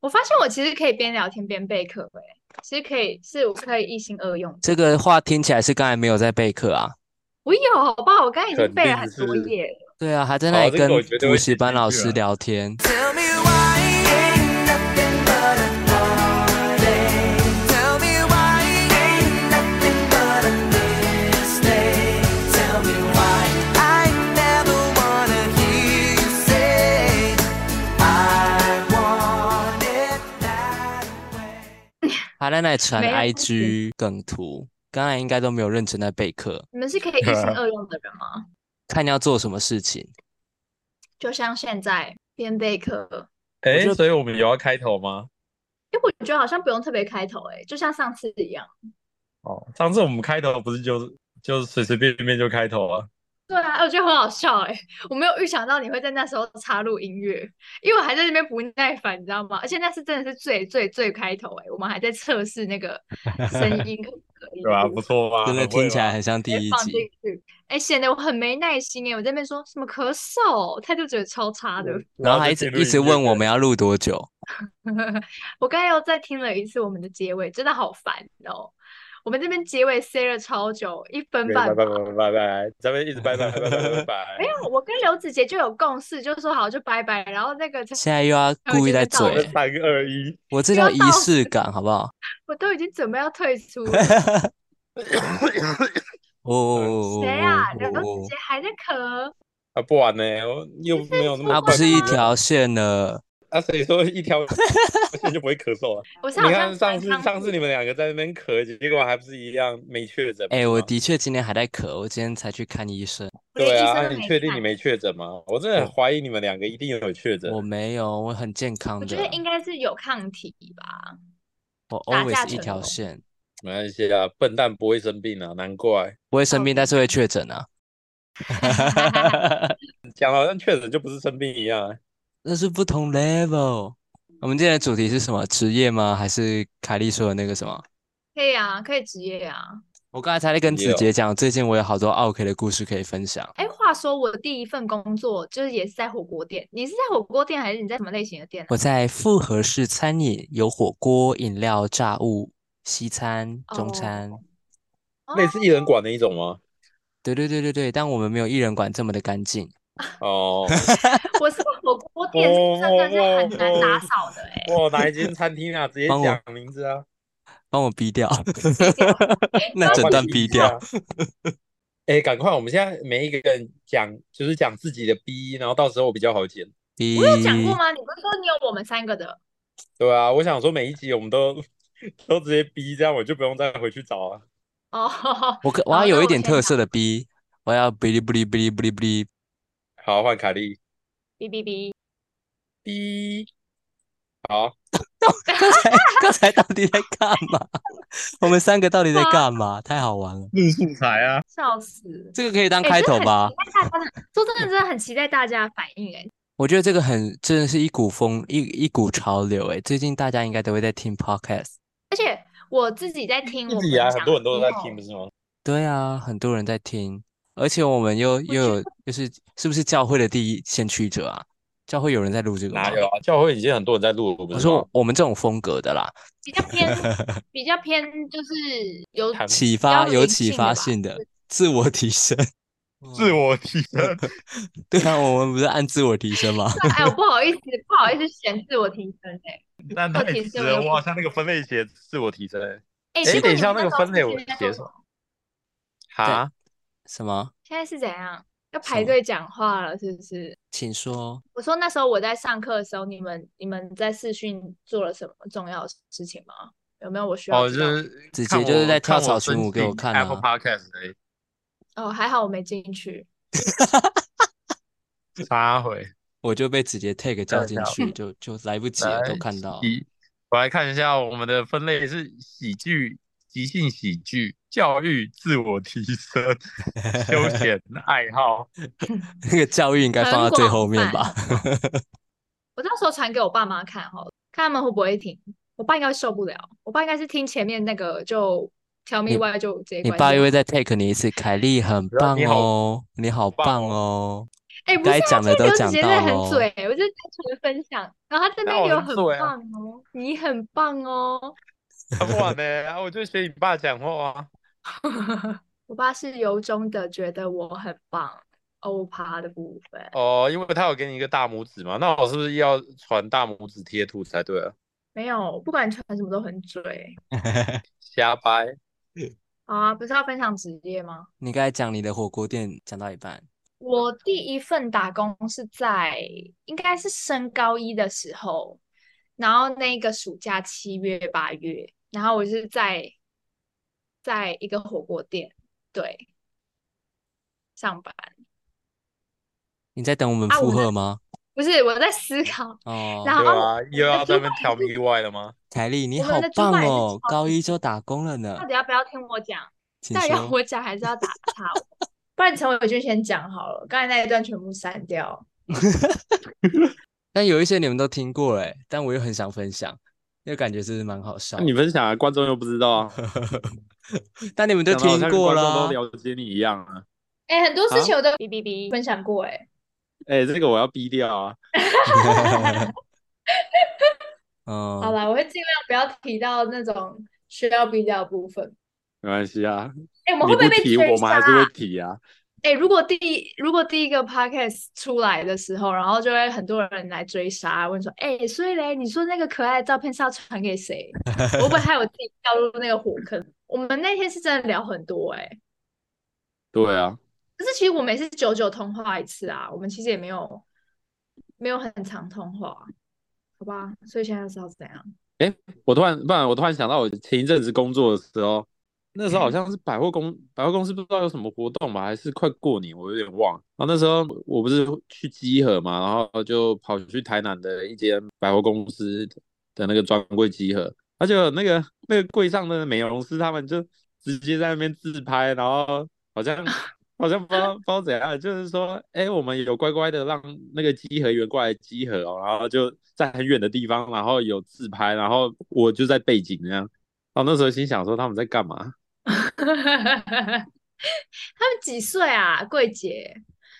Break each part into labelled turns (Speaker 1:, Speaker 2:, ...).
Speaker 1: 我发现我其实可以边聊天边备课、欸，哎，其实可以，是我可以一心二用。
Speaker 2: 这个话听起来是刚才没有在备课啊。
Speaker 1: 我有，好不好？我刚才已经
Speaker 3: 肯
Speaker 1: 背了
Speaker 3: 定
Speaker 1: 很
Speaker 3: 是
Speaker 1: 多页了。
Speaker 2: 对啊，还在
Speaker 3: 好
Speaker 2: 那里
Speaker 3: 哦这个
Speaker 2: 跟
Speaker 3: 我绝对
Speaker 2: 补
Speaker 3: 会
Speaker 2: 习班
Speaker 3: 写进去
Speaker 2: 老师
Speaker 3: 啊
Speaker 2: 聊天。
Speaker 4: Tell me why it ain't nothing but a heartache. Tell me why it ain't nothing but a mistake. Tell me why I never wanna hear you say I want it that way.
Speaker 2: 还在那里传
Speaker 1: 没有
Speaker 2: IG 梗图，刚才应该都没有认真在备课，
Speaker 1: 你们是可以一心二用的人吗？
Speaker 2: 看你要做什么事情。
Speaker 1: 就像现在边备课，
Speaker 3: 哎
Speaker 2: 觉，得
Speaker 3: 所以我们有要开头吗？
Speaker 1: 因为我觉得好像不用特别开头、欸，哎，就像上次一样。
Speaker 3: 哦，上次我们开头不是就就随随便便就开头啊？
Speaker 1: 对啊，我觉得很好笑哎、我没有预想到你会在那时候插入音乐，因为我还在那边不耐烦，你知道吗？而且那是真的是最最最开头哎、我们还在测试那个声音可不可以，
Speaker 3: 对啊吧？不错吧？
Speaker 2: 真的
Speaker 3: 很会
Speaker 2: 听起来
Speaker 3: 吧
Speaker 2: 很像第
Speaker 1: 直接
Speaker 2: 一
Speaker 1: 放
Speaker 2: 集
Speaker 1: 进。去，哎、显得我很没耐心哎、我在那边说什么咳嗽，态度觉得超差的。
Speaker 2: 然后还
Speaker 3: 就
Speaker 2: 一直
Speaker 3: 进入
Speaker 2: 一直
Speaker 3: 影片
Speaker 2: 问我们要录多久，
Speaker 1: 我刚才又再听了一次我们的结尾，真的好烦哦。我们这边结尾塞了超久，一分
Speaker 3: 对
Speaker 1: 半
Speaker 3: 拜
Speaker 1: 吧
Speaker 3: 拜。拜拜拜，咱们一直拜拜拜拜拜拜拜
Speaker 1: 没。有，我跟刘子杰就有共识，就说好就拜拜，然后那个陈
Speaker 2: 现在又要
Speaker 1: 他
Speaker 2: 故
Speaker 1: 已经
Speaker 2: 意在
Speaker 1: 到
Speaker 3: 我
Speaker 1: 了
Speaker 3: 们
Speaker 2: 嘴，
Speaker 3: 三二一，
Speaker 2: 我这
Speaker 1: 不要
Speaker 2: 叫仪
Speaker 1: 到
Speaker 2: 式感，好不 好？
Speaker 1: 我都已经准备要退出了。
Speaker 2: 哦哦哦
Speaker 1: 谁啊？
Speaker 2: 哦
Speaker 1: 刘
Speaker 2: 哦
Speaker 1: 子杰还在咳，
Speaker 3: 啊，不玩呢，我又没有那
Speaker 2: 哦，
Speaker 3: 么
Speaker 2: 啊，不
Speaker 3: 快
Speaker 2: 是一
Speaker 3: 咳
Speaker 2: 条线了，
Speaker 3: 啊，所以说一 条线就不会咳嗽了。
Speaker 1: 我是好
Speaker 3: 你
Speaker 1: 像
Speaker 3: 看上
Speaker 1: 三
Speaker 3: 次
Speaker 1: 康
Speaker 3: 上次
Speaker 1: 复
Speaker 3: 你们两个在那边咳，结果还不是一样没确诊吗？
Speaker 2: 哎，我的确今天还在咳，我今天才去看医生，
Speaker 1: 我连
Speaker 3: 对
Speaker 1: 医
Speaker 3: 啊，
Speaker 1: 生
Speaker 3: 啊
Speaker 1: 都
Speaker 3: 你
Speaker 1: 没
Speaker 3: 确定
Speaker 1: 看
Speaker 3: 你没确诊吗？我真的很怀疑你们两个一定有确诊
Speaker 2: 我。没有，我很健康
Speaker 1: 我觉
Speaker 2: 的，
Speaker 1: 得应该是有抗体 吧。
Speaker 2: 我
Speaker 1: 打架
Speaker 2: always 一
Speaker 1: 成
Speaker 2: 条
Speaker 1: 龙
Speaker 2: 线，
Speaker 3: 没关系啊，笨蛋不会生病啊，难怪
Speaker 2: 不会
Speaker 1: 哦
Speaker 2: 生病，但是会确诊 啊，
Speaker 3: 讲好像确诊就不是生病一样啊。
Speaker 2: 那是不同 level。我们今天的主题是什么？职业吗？还是凯莉说的那个什么？
Speaker 1: 可以啊，可以职业啊。
Speaker 2: 我刚才才在跟
Speaker 3: 职
Speaker 2: 子
Speaker 3: 业哦
Speaker 2: 杰讲，最近我有好多 OK 的故事可以分享。
Speaker 1: 哎，话说我第一份工作就是也是在火锅店，你是在火锅店还是你在什么类型的店啊
Speaker 2: 我在复合式餐饮有火锅、饮料、炸物、西餐、中
Speaker 1: 哦
Speaker 2: 餐。
Speaker 1: 哦
Speaker 3: 类似艺人馆那一种吗？
Speaker 2: 对对对对对，但我们没有艺人馆这么的干净。
Speaker 3: 哦，
Speaker 1: 我是在火锅店，是真的是很难打扫的 哎、
Speaker 3: 哇，哪一间餐厅啊？直接
Speaker 2: 帮我
Speaker 3: 讲名字啊，
Speaker 2: 帮我逼掉，那
Speaker 1: 帮
Speaker 2: 整
Speaker 1: 我
Speaker 2: 段
Speaker 3: 逼
Speaker 2: 逼
Speaker 3: 掉
Speaker 2: 掉。
Speaker 3: 哎，赶快，我们现在每一个人讲，就是讲自己的 B，然后到时候我比较好剪。
Speaker 2: 逼
Speaker 1: 我有讲过吗？你不是说你有我们三个的？
Speaker 3: 对啊，我想说每一集我们都都直接 B，这样我就不用再回去找啊。
Speaker 1: 哦，
Speaker 2: 我可我
Speaker 1: 好
Speaker 2: 要
Speaker 1: 那
Speaker 2: 有一
Speaker 1: 我
Speaker 2: 点
Speaker 1: 先
Speaker 2: 特
Speaker 1: 讲
Speaker 2: 色的逼，我要哔哩哔哩哔哩哔哩哔 哩。
Speaker 3: 好，换凯莉
Speaker 1: 哔哔哔，
Speaker 3: B。好，
Speaker 2: 刚才刚才到底在干嘛？我们三个到底在干嘛？太好玩了，
Speaker 3: 录素材啊，
Speaker 1: 笑死！
Speaker 2: 这个可以当
Speaker 1: 哎真
Speaker 2: 开
Speaker 1: 的
Speaker 2: 头
Speaker 1: 很
Speaker 2: 吧？
Speaker 1: 期待大家的，说真的，真的很期待大家的反应哎、
Speaker 2: 我觉得这个很真的是一股风，一一股潮流诶，最近大家应该都会在听 podcast。
Speaker 1: 而且我自己在听我
Speaker 3: 自
Speaker 1: 们
Speaker 3: 己啊，
Speaker 1: 讲
Speaker 3: 很多人都
Speaker 1: 的
Speaker 3: 在
Speaker 1: 时候
Speaker 3: 听，不是吗？
Speaker 2: 对啊，很多人在听，而且我们又又
Speaker 1: 觉
Speaker 2: 有就是是不是教会的第一先驱者啊？教会有人在录这个
Speaker 3: 哪
Speaker 2: 吗？
Speaker 3: 有啊？教会已经很多人在录了，不
Speaker 2: 我
Speaker 3: 是吗
Speaker 2: 说？我们这种风格的啦，
Speaker 1: 比较偏比较偏就是有
Speaker 3: 谈
Speaker 2: 启
Speaker 1: 较
Speaker 2: 发有
Speaker 1: 灵
Speaker 2: 启
Speaker 1: 性的
Speaker 2: 发
Speaker 1: 吧
Speaker 2: 性的
Speaker 1: 是
Speaker 2: 自我提升。
Speaker 3: 自我提升，
Speaker 2: 对啊，我们不是按自我提升吗？
Speaker 1: 哎，我不好意思，不好意思，选自我提升哎、
Speaker 3: 但
Speaker 1: 自我
Speaker 3: 太
Speaker 1: 提
Speaker 3: 直
Speaker 1: 升
Speaker 3: 了，
Speaker 1: 我
Speaker 3: 我好像那个分类写自我提升欸。
Speaker 1: 哎、
Speaker 3: 哎
Speaker 1: 结果
Speaker 3: 等一
Speaker 1: 你
Speaker 3: 下
Speaker 1: 们
Speaker 3: 那
Speaker 1: 时
Speaker 3: 个
Speaker 1: 候
Speaker 3: 分类
Speaker 1: 是
Speaker 3: 我
Speaker 1: 现在
Speaker 3: 写
Speaker 1: 做
Speaker 3: 什
Speaker 1: 什
Speaker 3: 么
Speaker 1: 么？
Speaker 3: 哈，
Speaker 2: 什么？
Speaker 1: 现在是怎样？要
Speaker 2: 什
Speaker 1: 排
Speaker 2: 么
Speaker 1: 队讲话了，是不是？
Speaker 2: 请说。
Speaker 1: 我说那时候我在上课的时候，你们你们在试训做了什么重要的事情吗？有没有我需要
Speaker 3: 哦，
Speaker 1: 知
Speaker 3: 就
Speaker 1: 道？
Speaker 3: 是
Speaker 2: 直
Speaker 3: 看
Speaker 2: 接就是
Speaker 3: 我
Speaker 2: 在跳
Speaker 3: 看我
Speaker 2: 槽
Speaker 3: 申
Speaker 2: 群舞给我
Speaker 3: 请
Speaker 2: 看
Speaker 3: Apple
Speaker 2: 啊
Speaker 3: Podcast 而已
Speaker 1: 哦，还好我没进去。
Speaker 3: 插回
Speaker 2: 我就被直接 take 叫进
Speaker 3: 一下
Speaker 2: 去，就就来不及了，都
Speaker 3: 来
Speaker 2: 看到了。
Speaker 3: 喜我来看一下我们的分类是喜剧、即兴喜剧、教育、自我提升、休闲爱好。
Speaker 2: 那个教育应该
Speaker 1: 很
Speaker 2: 放到最
Speaker 1: 广
Speaker 2: 后面吧？
Speaker 1: 我到时候传给我爸妈看哈，看他们会不会听。我爸应该会受不了，我爸应该是听前面那个就 Tell
Speaker 2: 你
Speaker 1: me why 就直接
Speaker 2: 你
Speaker 1: 关
Speaker 2: 爸
Speaker 1: 掉
Speaker 2: 又会再 take 你一次，凯莉很
Speaker 3: 知道
Speaker 2: 棒
Speaker 3: 你好
Speaker 2: 哦，你好
Speaker 3: 棒
Speaker 2: 棒
Speaker 3: 哦
Speaker 2: 哦，
Speaker 1: 哎、不是
Speaker 2: 该
Speaker 1: 啊，
Speaker 2: 讲的
Speaker 1: 这
Speaker 2: 都
Speaker 1: 刘子
Speaker 2: 讲
Speaker 1: 杰真
Speaker 2: 到
Speaker 1: 的很
Speaker 2: 喽
Speaker 1: 嘴，我就单纯的分享，然后他真的
Speaker 3: 那我
Speaker 1: 有
Speaker 3: 很
Speaker 1: 很
Speaker 3: 嘴啊
Speaker 1: 棒哦，你很棒哦。
Speaker 3: 他不晚呢，啊，我就学你爸讲话啊。
Speaker 1: 我爸是由衷的觉得我很棒，哦欧趴的部分
Speaker 3: 哦，因为他有给你一个大拇指嘛，那我是不是要传大拇指贴图才对啊？
Speaker 1: 没有，不管穿什么都很嘴。哦
Speaker 3: 瞎掰，
Speaker 1: 好啊，不是要分享职业吗？
Speaker 2: 你刚才讲你的火锅店讲到一半，
Speaker 1: 我第一份打工是在应该是升高一的时候，然后那个暑假七月八月，然后我是在在一个火锅店对上班，
Speaker 2: 你在等我们
Speaker 1: 啊
Speaker 2: 附
Speaker 1: 我在
Speaker 2: 和吗？
Speaker 1: 不是我在思考，
Speaker 2: 哦，
Speaker 1: 然
Speaker 3: 对
Speaker 1: 后
Speaker 3: 吧？又
Speaker 1: 啊我的
Speaker 3: 要在
Speaker 1: 主
Speaker 3: 那边挑意外了吗？
Speaker 2: 凯莉，你
Speaker 1: 我们
Speaker 2: 好
Speaker 1: 的主
Speaker 2: 棒
Speaker 1: 管是
Speaker 2: 哦，
Speaker 1: 超
Speaker 2: 高
Speaker 1: 级
Speaker 2: 一就打工了呢
Speaker 1: 到，底要不要听我讲？
Speaker 2: 请
Speaker 1: 到底要
Speaker 2: 啊说。
Speaker 1: 我讲还是要打岔我？不然陈伟君先讲好了，刚才那一段全部删掉。
Speaker 2: 但有一些你们都听过哎，但我又很想分享，因为感觉是蛮好笑
Speaker 3: 那。你分享啊，观众又不知道 啊，
Speaker 2: 但你们都
Speaker 3: 讲得好
Speaker 2: 听
Speaker 3: 像
Speaker 2: 过
Speaker 3: 观众
Speaker 2: 啦
Speaker 3: 都，了解你一样啊。
Speaker 1: 哎、很多事
Speaker 3: 啊
Speaker 1: 情我都哔哔哔分享过、哎，
Speaker 3: 哎，这个我要逼掉啊。
Speaker 2: 嗯，
Speaker 1: 好啦，我会尽量不要提到那种需要逼掉的部分。
Speaker 3: 没关系啊，
Speaker 1: 哎、我们会不
Speaker 3: 你不
Speaker 1: 会被
Speaker 3: 提，
Speaker 1: 追
Speaker 3: 我们还
Speaker 1: 杀
Speaker 3: 是会
Speaker 1: 啊？
Speaker 3: 提啊。
Speaker 1: 哎、如果第一如果第一个 podcast 出来的时候，然后就会很多人来追杀，问说，哎、所以嘞，你说那个可爱的照片是要传给谁？ 我 会不会害我自己掉入那个火坑？我们那天是真的聊很多、哎。
Speaker 3: 对啊，
Speaker 1: 可是其实我们也是久久通话一次啊，我们其实也没有没有很常通话，好吧？所以现在是要怎样？
Speaker 3: 我突然，不然我突然想到，我前一阵子工作的时候，那时候好像是百货公百货公司不知道有什么活动嘛，还是快过年，我有点忘了。然后那时候我不是去集合嘛，然后就跑去台南的一间百货公司的那个专柜集合，而且那个那个柜上的美容师他们就直接在那边自拍，然后好像 好像不知道不知道怎样，就是说，哎、我们有乖乖的让那个集合员过来集合哦，然后就在很远的地方，然后有自拍，然后我就在背景这样。然后那时候心想说他们在干嘛？
Speaker 1: 他们几岁啊，桂姐？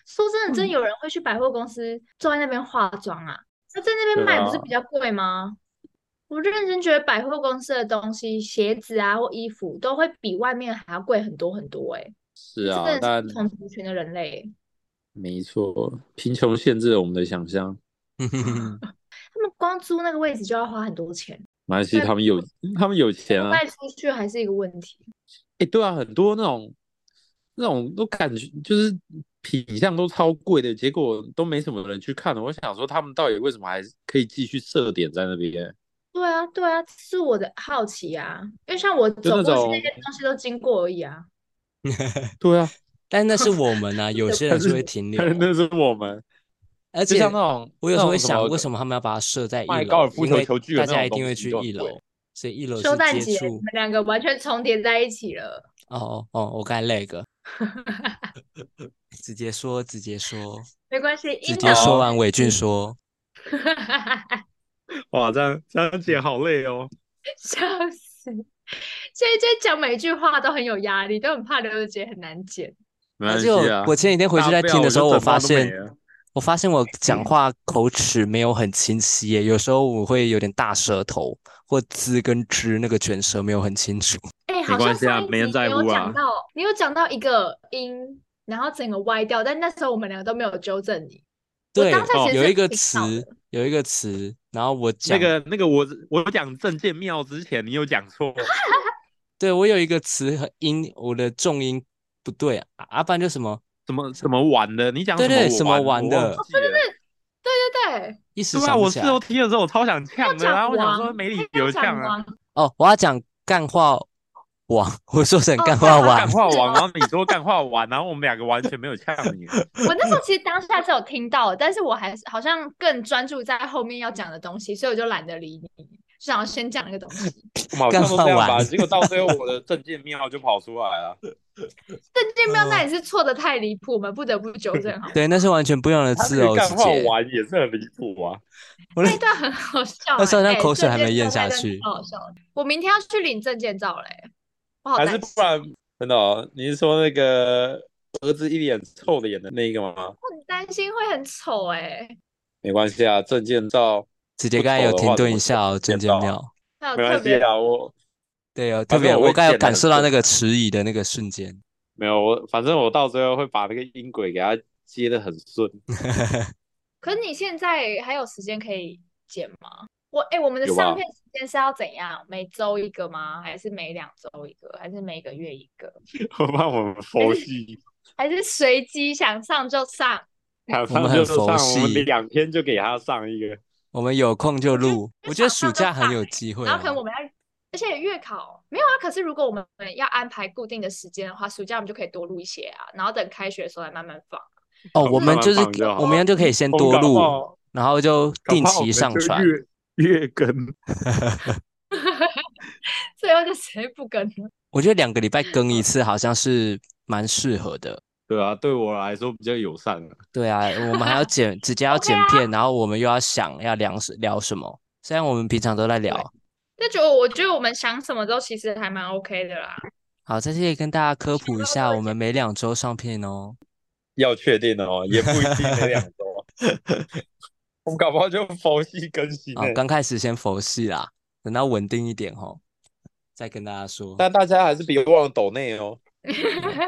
Speaker 1: 说真的，
Speaker 3: 嗯
Speaker 1: 真有人会去百货公司坐在那边化妆啊？那在那边
Speaker 3: 对
Speaker 1: 卖不是
Speaker 3: 啊
Speaker 1: 比较贵吗？我认真觉得百货公司的东西，鞋子啊或衣服都会比外面还要贵很多很多、欸，哎，
Speaker 3: 是
Speaker 1: 真
Speaker 3: 啊，
Speaker 1: 的是
Speaker 3: 但
Speaker 1: 不同族群的人类欸、
Speaker 3: 没错，贫穷限制了我们的想象。
Speaker 1: 他们光租那个位置就要花很多钱，
Speaker 3: 马来西亚
Speaker 1: 对
Speaker 3: 他们有他们有钱啊，
Speaker 1: 卖出去还是一个问题。
Speaker 3: 哎、对啊，很多那种那种都感觉就是品相都超贵的，结果都没什么人去看了。我想说他们到底为什么还可以继续设点在那边？
Speaker 1: 对啊，对啊，这是我的好奇啊，因为像我走
Speaker 3: 那
Speaker 1: 过去
Speaker 3: 种
Speaker 1: 那些东西都经过而已啊。
Speaker 3: 对啊，
Speaker 2: 但那是我们 啊，有些人是会停留，
Speaker 3: 那是我们，
Speaker 2: 而
Speaker 3: 就
Speaker 2: 且
Speaker 3: 像那种
Speaker 2: 我有时候
Speaker 3: 那
Speaker 2: 会
Speaker 3: 种
Speaker 2: 想，
Speaker 3: 么
Speaker 2: 为什么他们要把它设在一
Speaker 3: 卖
Speaker 2: 楼？
Speaker 3: 高尔夫
Speaker 2: 因
Speaker 3: 球
Speaker 2: 为
Speaker 3: 球具的
Speaker 2: 大
Speaker 3: 那
Speaker 2: 家
Speaker 3: 种
Speaker 2: 一定
Speaker 3: 东
Speaker 2: 会
Speaker 3: 西
Speaker 2: 去
Speaker 3: 就很
Speaker 2: 一楼
Speaker 3: 贵，
Speaker 2: 所以一楼
Speaker 1: 圣
Speaker 2: 是
Speaker 1: 诞
Speaker 2: 接
Speaker 1: 节，你
Speaker 2: 触。
Speaker 1: 们两个完全重叠在一起了。
Speaker 2: 哦哦哦，我刚才 那个，直接说，直接说，
Speaker 1: 没关系，
Speaker 2: 直
Speaker 1: 因
Speaker 2: 接
Speaker 1: 为
Speaker 2: 说完伟俊说，
Speaker 3: 哇，这样这样姐好累
Speaker 2: 啊
Speaker 3: 哦。
Speaker 1: 笑死！所以这讲每一句话都很有压力，都很怕刘子杰很难剪。
Speaker 3: 没
Speaker 2: 而
Speaker 3: 关
Speaker 2: 且
Speaker 3: 系啊
Speaker 2: 我，我前几天回去在
Speaker 3: 大不了
Speaker 2: 听的
Speaker 3: 我
Speaker 2: 时候，
Speaker 3: 就
Speaker 2: 我
Speaker 3: 整
Speaker 2: 发
Speaker 3: 包都没
Speaker 2: 现
Speaker 3: 了
Speaker 2: 我发现我
Speaker 3: 嗯
Speaker 2: 讲话口齿没有很清晰耶，有时候我会有点大舌头，或滋跟之那个卷舌没有很清楚。
Speaker 1: 哎，
Speaker 3: 没
Speaker 1: 好
Speaker 3: 关
Speaker 1: 像
Speaker 3: 系啊
Speaker 1: 上一
Speaker 3: 没人
Speaker 1: 集
Speaker 3: 在
Speaker 1: 你有
Speaker 3: 乎啊
Speaker 1: 讲到，你有讲到一个音，然后整个歪掉，但那时候我们两个都没有纠正你。我
Speaker 2: 对哦
Speaker 1: 当下其实
Speaker 2: 有
Speaker 1: 是
Speaker 2: 一个
Speaker 1: 听到
Speaker 2: 词
Speaker 1: 的，
Speaker 2: 有一个词，然后我讲，
Speaker 3: 那个那个我我讲证件庙之前，你有讲错，
Speaker 2: 对我有一个词和音，我的重音不对啊，啊，不然就什么，
Speaker 3: 什么什么玩的，你讲
Speaker 2: 对对什
Speaker 3: 什
Speaker 2: 么
Speaker 3: 么
Speaker 2: 玩
Speaker 3: 玩
Speaker 2: 的
Speaker 3: 我
Speaker 1: 哦
Speaker 3: 忘记了
Speaker 1: 对，
Speaker 2: 一时
Speaker 3: 对
Speaker 2: 想
Speaker 3: 啊，
Speaker 2: 不
Speaker 3: 我
Speaker 2: 起
Speaker 3: 事
Speaker 2: 来。
Speaker 3: 后听的时候，我超想
Speaker 1: 要
Speaker 3: 呛的，啊
Speaker 1: 讲
Speaker 3: 然后我想
Speaker 1: 王
Speaker 3: 说没理
Speaker 1: 要
Speaker 3: 由
Speaker 1: 讲
Speaker 3: 呛啊，
Speaker 1: 王，
Speaker 2: 哦，我要讲干话王，我说成
Speaker 1: 哦
Speaker 2: 干
Speaker 1: 干话
Speaker 2: 话王
Speaker 3: 啊干，话王，然后你说干话王，然后我们两个完全没有呛 你，
Speaker 1: 我那时候其实当下是有听到的，但是我还是好像更专注在后面要讲的东西，所以我就懒得理你，想要先讲那个东西。
Speaker 3: 我们好像都这样
Speaker 2: 干话
Speaker 3: 吧，
Speaker 2: 王
Speaker 3: 结果到最后我的证件庙就跑出来了，
Speaker 1: 但这妙
Speaker 2: 哦
Speaker 1: 那也是错的太离谱，我们不得不纠正好 吗。
Speaker 2: 对，那是完全不一样的
Speaker 3: 他
Speaker 2: 字
Speaker 3: 那个
Speaker 2: 哦，
Speaker 3: 干
Speaker 2: 直
Speaker 3: 话
Speaker 2: 接。
Speaker 3: 王也是很离谱啊，
Speaker 2: 我
Speaker 1: 那
Speaker 2: 的
Speaker 1: 一段很好笑、欸，
Speaker 2: 那时候那
Speaker 1: 哎
Speaker 2: 口水
Speaker 1: 证
Speaker 2: 还没
Speaker 1: 件
Speaker 2: 咽
Speaker 1: 照
Speaker 2: 下
Speaker 1: 那段
Speaker 2: 去
Speaker 1: 超好笑的我明欸天要去领证件照嘞、我好
Speaker 3: 还
Speaker 1: 担
Speaker 3: 是
Speaker 1: 心
Speaker 3: 不。然真的哦，你是说那个儿子一脸臭脸的那一个吗？
Speaker 1: 很担心会很丑哎、
Speaker 3: 没关系啊，证件照
Speaker 1: 哦
Speaker 2: 姐姐刚才有停顿一下哦，证件
Speaker 3: 到
Speaker 2: 妙。
Speaker 1: 还有
Speaker 3: 没
Speaker 1: 特
Speaker 3: 关系
Speaker 1: 别
Speaker 3: 啊，我
Speaker 2: 对哦，特
Speaker 3: 反正
Speaker 2: 别
Speaker 3: 我会
Speaker 2: 刚才有
Speaker 3: 剪得
Speaker 2: 感
Speaker 3: 很
Speaker 2: 受到
Speaker 3: 顺
Speaker 2: 那个迟疑的那个瞬间。
Speaker 3: 没有我，反正我到最后会把那个音轨给它接的很顺。
Speaker 1: 可是你现在还有时间可以剪吗？我哎、我们的
Speaker 3: 有吧
Speaker 1: 上片时间是要怎样？每周一个吗？还是每两周一个？还是每个月一个？
Speaker 3: 我怕我们佛 系，
Speaker 1: 还是随机想上就上？
Speaker 3: 马
Speaker 2: 我们
Speaker 3: 上
Speaker 2: 很
Speaker 3: 就
Speaker 2: 佛
Speaker 3: 上，我
Speaker 2: 系
Speaker 3: 们两天就给他上一个。
Speaker 2: 我们有空就录，
Speaker 1: 我
Speaker 2: 我
Speaker 1: 觉得
Speaker 2: 觉得
Speaker 1: 想
Speaker 2: 暑
Speaker 1: 上就
Speaker 2: 假很
Speaker 1: 上
Speaker 2: 有
Speaker 1: 欸
Speaker 2: 机会
Speaker 1: 然后可
Speaker 2: 啊
Speaker 1: 能我们要，而且月考没有啊。可是如果我们要安排固定的时间的话，暑假我们就可以多录一些啊，然后等开学的时候来慢慢放。
Speaker 2: 哦，
Speaker 3: 搞
Speaker 2: 我
Speaker 3: 不
Speaker 2: 们
Speaker 3: 好
Speaker 2: 就是
Speaker 3: 放就
Speaker 2: 我
Speaker 3: 好
Speaker 2: 们就可以先
Speaker 3: 我们
Speaker 2: 多
Speaker 3: 搞不
Speaker 2: 录，
Speaker 3: 好
Speaker 2: 然后就
Speaker 3: 搞
Speaker 2: 定
Speaker 3: 不好我
Speaker 2: 期
Speaker 3: 们
Speaker 2: 上
Speaker 3: 就
Speaker 2: 传。
Speaker 3: 月 月更，
Speaker 1: 最后就直接不跟了。
Speaker 2: 我觉得两个礼拜更一次好像是蛮适合的。
Speaker 3: 对啊，对我来说比较友善啊。
Speaker 2: 对啊，我们还要剪，直接要
Speaker 1: OK
Speaker 2: 剪
Speaker 1: 啊
Speaker 2: 片，然后我们又要想要聊什聊什么。虽然我们平常都在聊，
Speaker 1: 那就我觉得我们想什么都其实还蛮 OK 的啦。
Speaker 2: 好，在这里跟大家科普一
Speaker 1: 到这
Speaker 2: 下，
Speaker 1: 个
Speaker 2: 我们每两周上片哦。
Speaker 3: 要确定的哦，也不一定每两
Speaker 2: 啊
Speaker 3: 周。 我们搞不好就佛系更新
Speaker 2: 啊，
Speaker 3: 欸
Speaker 2: 刚开始先佛系啦，等到稳定一点吼，再跟大家 说。
Speaker 3: 但大家还是别忘了抖内哦。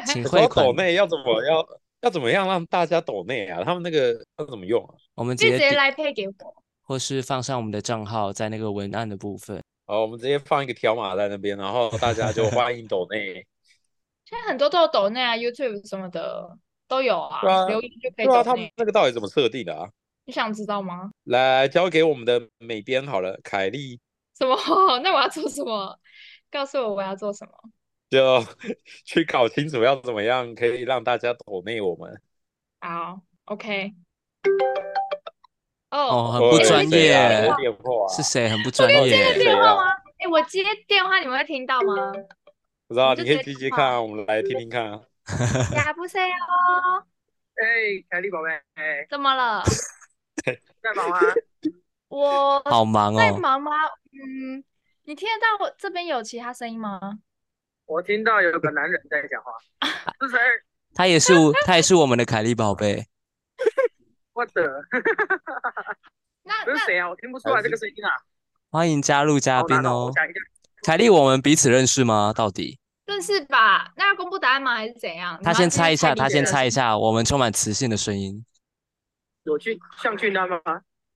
Speaker 2: 请
Speaker 3: 说
Speaker 2: 汇
Speaker 3: 到
Speaker 2: 款
Speaker 3: 抖，内要怎么要要怎么样让大家抖内啊？他们那个要怎么用啊？
Speaker 2: 我们直
Speaker 1: 就直
Speaker 2: 接
Speaker 1: 接
Speaker 2: 点
Speaker 1: 来配给我，
Speaker 2: 或是放上我们的账号在那个文案的部分。
Speaker 3: 好，我们直接放一个条码在那边，然后大家就欢迎抖内。
Speaker 1: 现在很多都有抖内啊，YouTube 什么的都有啊，
Speaker 3: 对啊
Speaker 1: 留言就可以
Speaker 3: 对啊，
Speaker 1: 抖
Speaker 3: 他
Speaker 1: 内。
Speaker 3: 们那个到底怎么设定的啊？
Speaker 1: 你想知道吗？
Speaker 3: 来，交给我们的美编好了，凯莉
Speaker 1: 什么？ 那我要做什么？告诉我我要做什么？
Speaker 3: 就 去搞清楚要怎么样可以让大家抖内我们。
Speaker 1: 好，OK。
Speaker 2: 哦，
Speaker 1: 哦，
Speaker 2: 很不
Speaker 3: 喂
Speaker 2: 专
Speaker 3: 谁啊
Speaker 2: 业
Speaker 3: 谁，电话啊
Speaker 2: 是谁？很不专
Speaker 3: 谁
Speaker 2: 业。
Speaker 1: 电话
Speaker 3: 啊
Speaker 1: 吗？哎，我接电话，你们会听到 吗？
Speaker 3: 不知道，
Speaker 1: 你
Speaker 3: 你
Speaker 1: 就
Speaker 3: 可
Speaker 1: 直
Speaker 3: 以
Speaker 1: 接
Speaker 3: 直接
Speaker 1: 打
Speaker 3: 看啊，我们来听听看啊。
Speaker 1: 呀，不是哦，
Speaker 5: 哎、凯莉宝贝，哎
Speaker 1: 怎么了？
Speaker 5: 在忙吗？
Speaker 1: 我
Speaker 2: 好忙
Speaker 1: 在
Speaker 2: 哦，
Speaker 1: 忙吗？嗯，你听得到我这边有其他声音吗？
Speaker 5: 我听到有个男人在讲话，是谁？
Speaker 2: 他也是我，他也是我们的凯莉宝贝。
Speaker 5: 我的，
Speaker 1: 那
Speaker 5: 不是
Speaker 1: 那
Speaker 5: 谁啊？我听不出
Speaker 3: 呃
Speaker 5: 来这个声音啊，
Speaker 2: 欢迎加入嘉
Speaker 5: 好
Speaker 2: 宾
Speaker 5: 难哦！
Speaker 2: 哦
Speaker 5: 我，想一下，
Speaker 2: 凯莉，我们彼此认识吗？到底？
Speaker 1: 认识吧？那要公布答案吗？还是怎样？你
Speaker 2: 他
Speaker 1: 们要
Speaker 2: 先
Speaker 1: 继续
Speaker 2: 猜一下，
Speaker 1: 理
Speaker 2: 他
Speaker 1: 解
Speaker 2: 先
Speaker 1: 的
Speaker 2: 猜一
Speaker 1: 是
Speaker 2: 下，我们充满磁性的声音。
Speaker 5: 有去像俊安吗？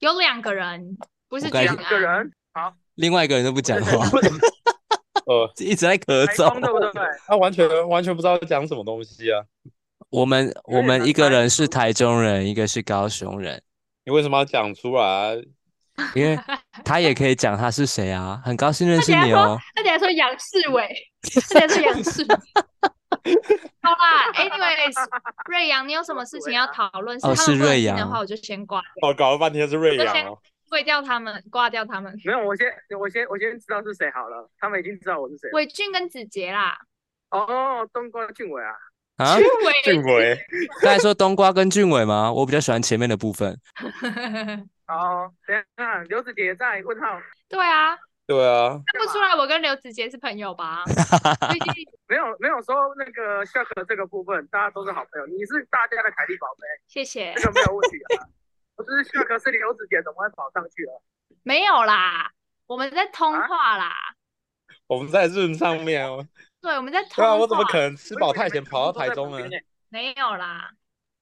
Speaker 1: 有两个人，不是啊
Speaker 2: 我该
Speaker 1: 俊
Speaker 5: 两
Speaker 1: 安
Speaker 5: 个人，
Speaker 2: 另外一个人都不讲话，
Speaker 3: 呃，
Speaker 2: 一直在咳
Speaker 5: 台
Speaker 2: 嗽
Speaker 5: 风。对不对？
Speaker 3: 他完全完全不知道讲什么东西啊！
Speaker 2: 我们我
Speaker 5: 点
Speaker 2: 们
Speaker 5: 难
Speaker 2: 一个
Speaker 5: 猜嗯
Speaker 2: 人是台中人，一个是高雄人，
Speaker 3: 你为什么要讲出来啊？
Speaker 2: 因为他也可以讲他是谁啊，很高兴认
Speaker 1: 他
Speaker 2: 识
Speaker 1: 等下
Speaker 2: 你
Speaker 1: 说
Speaker 2: 哦。
Speaker 1: 他等下说杨世 伟，他等下说杨世伟。好啦，anyways，瑞阳，你有什么事情要讨论？
Speaker 2: 哦
Speaker 1: 他们不
Speaker 2: 是
Speaker 1: 能
Speaker 2: 瑞
Speaker 1: 听的
Speaker 2: 阳
Speaker 1: 话，我就先挂掉，
Speaker 3: 哦，搞了半天是瑞
Speaker 1: 我
Speaker 3: 阳
Speaker 1: 先
Speaker 3: 哦。
Speaker 1: 跪掉他们，挂掉他们。
Speaker 5: 没有，我先，我先，我先知道是谁好了，他们已经知道我是谁了。
Speaker 1: 伟俊跟子杰啦，
Speaker 5: 哦，冬瓜俊伟啊，
Speaker 2: 啊，
Speaker 3: 俊伟，
Speaker 1: 欸
Speaker 2: 刚才说冬瓜跟俊伟吗？我比较喜欢前面的部分。
Speaker 1: 伟，
Speaker 5: 哦，等一下，刘子杰在？问号，
Speaker 1: 对啊，
Speaker 3: 对啊，
Speaker 1: 看不出来我跟刘子杰是朋友 吧？最近
Speaker 5: 没有，没有说那个下课这个部分，大家都是好朋友，你是大家的凯莉宝贝，
Speaker 1: 谢谢
Speaker 5: 这，个没有问题啊。我只是下课是刘子杰，怎么会跑上去了？
Speaker 1: 没有啦，我们在通
Speaker 5: 啊
Speaker 1: 话啦，
Speaker 3: 我们在润上面哦。
Speaker 1: 对，我们在通
Speaker 3: 对
Speaker 1: 话，
Speaker 3: 啊，我怎么可能吃
Speaker 5: 吃
Speaker 3: 饱太闲跑到台中呢？
Speaker 1: 没有啦？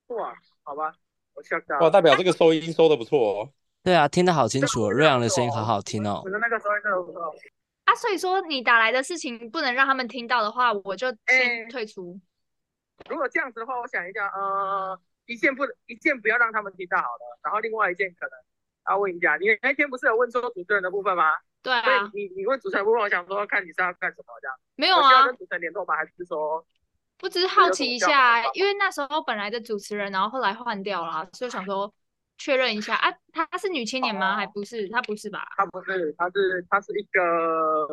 Speaker 5: 哇，好吧，我吓到
Speaker 3: 哇，
Speaker 5: 了。
Speaker 3: 代表这个收音收的不错哦。
Speaker 2: 对啊，听得好清楚哦，
Speaker 5: 对
Speaker 2: 瑞阳的声音
Speaker 5: 对
Speaker 2: 好
Speaker 5: 哦
Speaker 2: 好听哦
Speaker 5: 我。的那个时候真的，
Speaker 1: 啊，所以说你打来的事情不能让他们听到的话，我就先
Speaker 5: 哎
Speaker 1: 退出。
Speaker 5: 如果这样子的话，我想一下，呃，一件不一件不要让他们听到好了，然后另外一件可能要问一下，你那天不是有问说主持人的部分吗？
Speaker 1: 对
Speaker 5: 所
Speaker 1: 啊，
Speaker 5: 以你你问主持人部分，我想说看你是要干什么这样。
Speaker 1: 没有
Speaker 5: 我需要
Speaker 1: 啊，
Speaker 5: 跟主持人联络吗？还是说，
Speaker 1: 我只是
Speaker 5: 有
Speaker 1: 好
Speaker 5: 什
Speaker 1: 奇
Speaker 5: 么
Speaker 1: 一
Speaker 5: 叫
Speaker 1: 下啊
Speaker 5: 法，
Speaker 1: 因为那时候本来的主持人，然后后来换掉了啊，所以想说确认一下啊，她是女青年吗？还不是，她不是吧？
Speaker 5: 他不是，他是他是一个，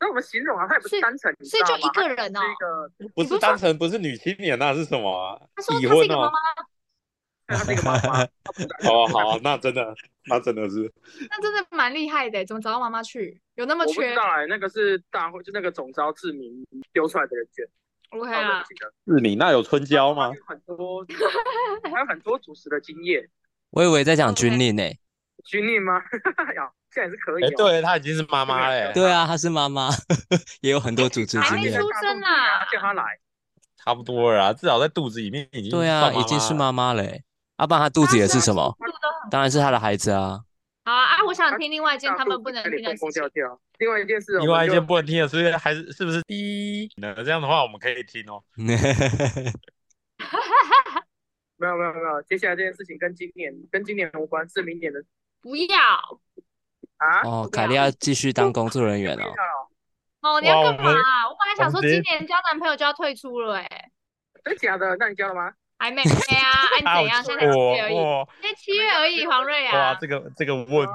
Speaker 5: 那我们形容啊，他也不
Speaker 1: 所以
Speaker 5: 是单纯，你
Speaker 1: 所以
Speaker 5: 知
Speaker 1: 就
Speaker 5: 道
Speaker 1: 一
Speaker 5: 吗
Speaker 1: 个人
Speaker 5: 他
Speaker 1: 哦
Speaker 5: 是一。个，
Speaker 3: 不
Speaker 1: 你不
Speaker 3: 是
Speaker 1: 是
Speaker 3: 单纯不是女青年啊，那是什么啊
Speaker 1: 她说
Speaker 3: 已
Speaker 1: 她是一
Speaker 3: 婚
Speaker 1: 个妈
Speaker 3: 哦
Speaker 1: 妈，。
Speaker 5: 他是一个妈妈。他不是单纯
Speaker 3: 哦，好啊，那真的，那真的是
Speaker 1: 那真的蛮厉害的，欸怎么找到妈妈去？有那么
Speaker 5: 我不知
Speaker 1: 缺
Speaker 5: 道？哎、那个是大会，就那个总招志明丢出来的人选。
Speaker 1: OK
Speaker 5: 到
Speaker 1: 啦
Speaker 5: 不，行了。
Speaker 3: 是你那有春娇吗
Speaker 5: 还？有很多，还有很多主持的经验。
Speaker 2: 我以为在讲
Speaker 1: OK
Speaker 2: 军令呢、
Speaker 5: 军令吗？呀，现在也是可以
Speaker 3: 哎、
Speaker 5: 哦。
Speaker 3: 对，她已经是妈妈欸嘞、
Speaker 2: 对啊，她是妈妈，也有很多主持
Speaker 5: 还
Speaker 2: 经
Speaker 5: 没
Speaker 1: 没
Speaker 2: 验
Speaker 1: 出。生啦
Speaker 5: 叫他来，
Speaker 3: 差不多了啦，啊至少在肚子里面已经
Speaker 2: 对啊，
Speaker 3: 算妈
Speaker 2: 已经是
Speaker 3: 了
Speaker 2: 妈妈嘞、欸。阿爸他肚子也是什么？
Speaker 1: 速度都很
Speaker 2: 当然是他的孩子啊。
Speaker 1: 好啊啊！我想听另外一件他们不能
Speaker 5: 有
Speaker 1: 听的
Speaker 5: 点
Speaker 1: 事
Speaker 5: 蹦蹦
Speaker 1: 情
Speaker 5: 跳。跳。另外一件事，
Speaker 3: 另外一件不能听的，所以还是是不是第一呢？这样的话我们可以听哦。
Speaker 5: 没有没有没有，接下来这件事情跟今年跟今年无关，是明年的
Speaker 1: 不要
Speaker 5: 啊。
Speaker 2: 哦，
Speaker 1: 对啊
Speaker 2: 凯莉要继续当工作人员哦。
Speaker 1: 哦！你要
Speaker 3: 哇
Speaker 1: 干
Speaker 3: 我
Speaker 1: 嘛
Speaker 3: 们
Speaker 1: 啊？我本来想说
Speaker 3: 我们直接
Speaker 1: 今年交男朋友就要退出了，哎，
Speaker 5: 真假的？那你交了吗？
Speaker 1: 还没没啊？ 哎，你怎样？现在才七月而已，
Speaker 3: 哇哇
Speaker 1: 现在七月而已，黄瑞
Speaker 3: 哇，
Speaker 1: 啊
Speaker 3: 这，个这个问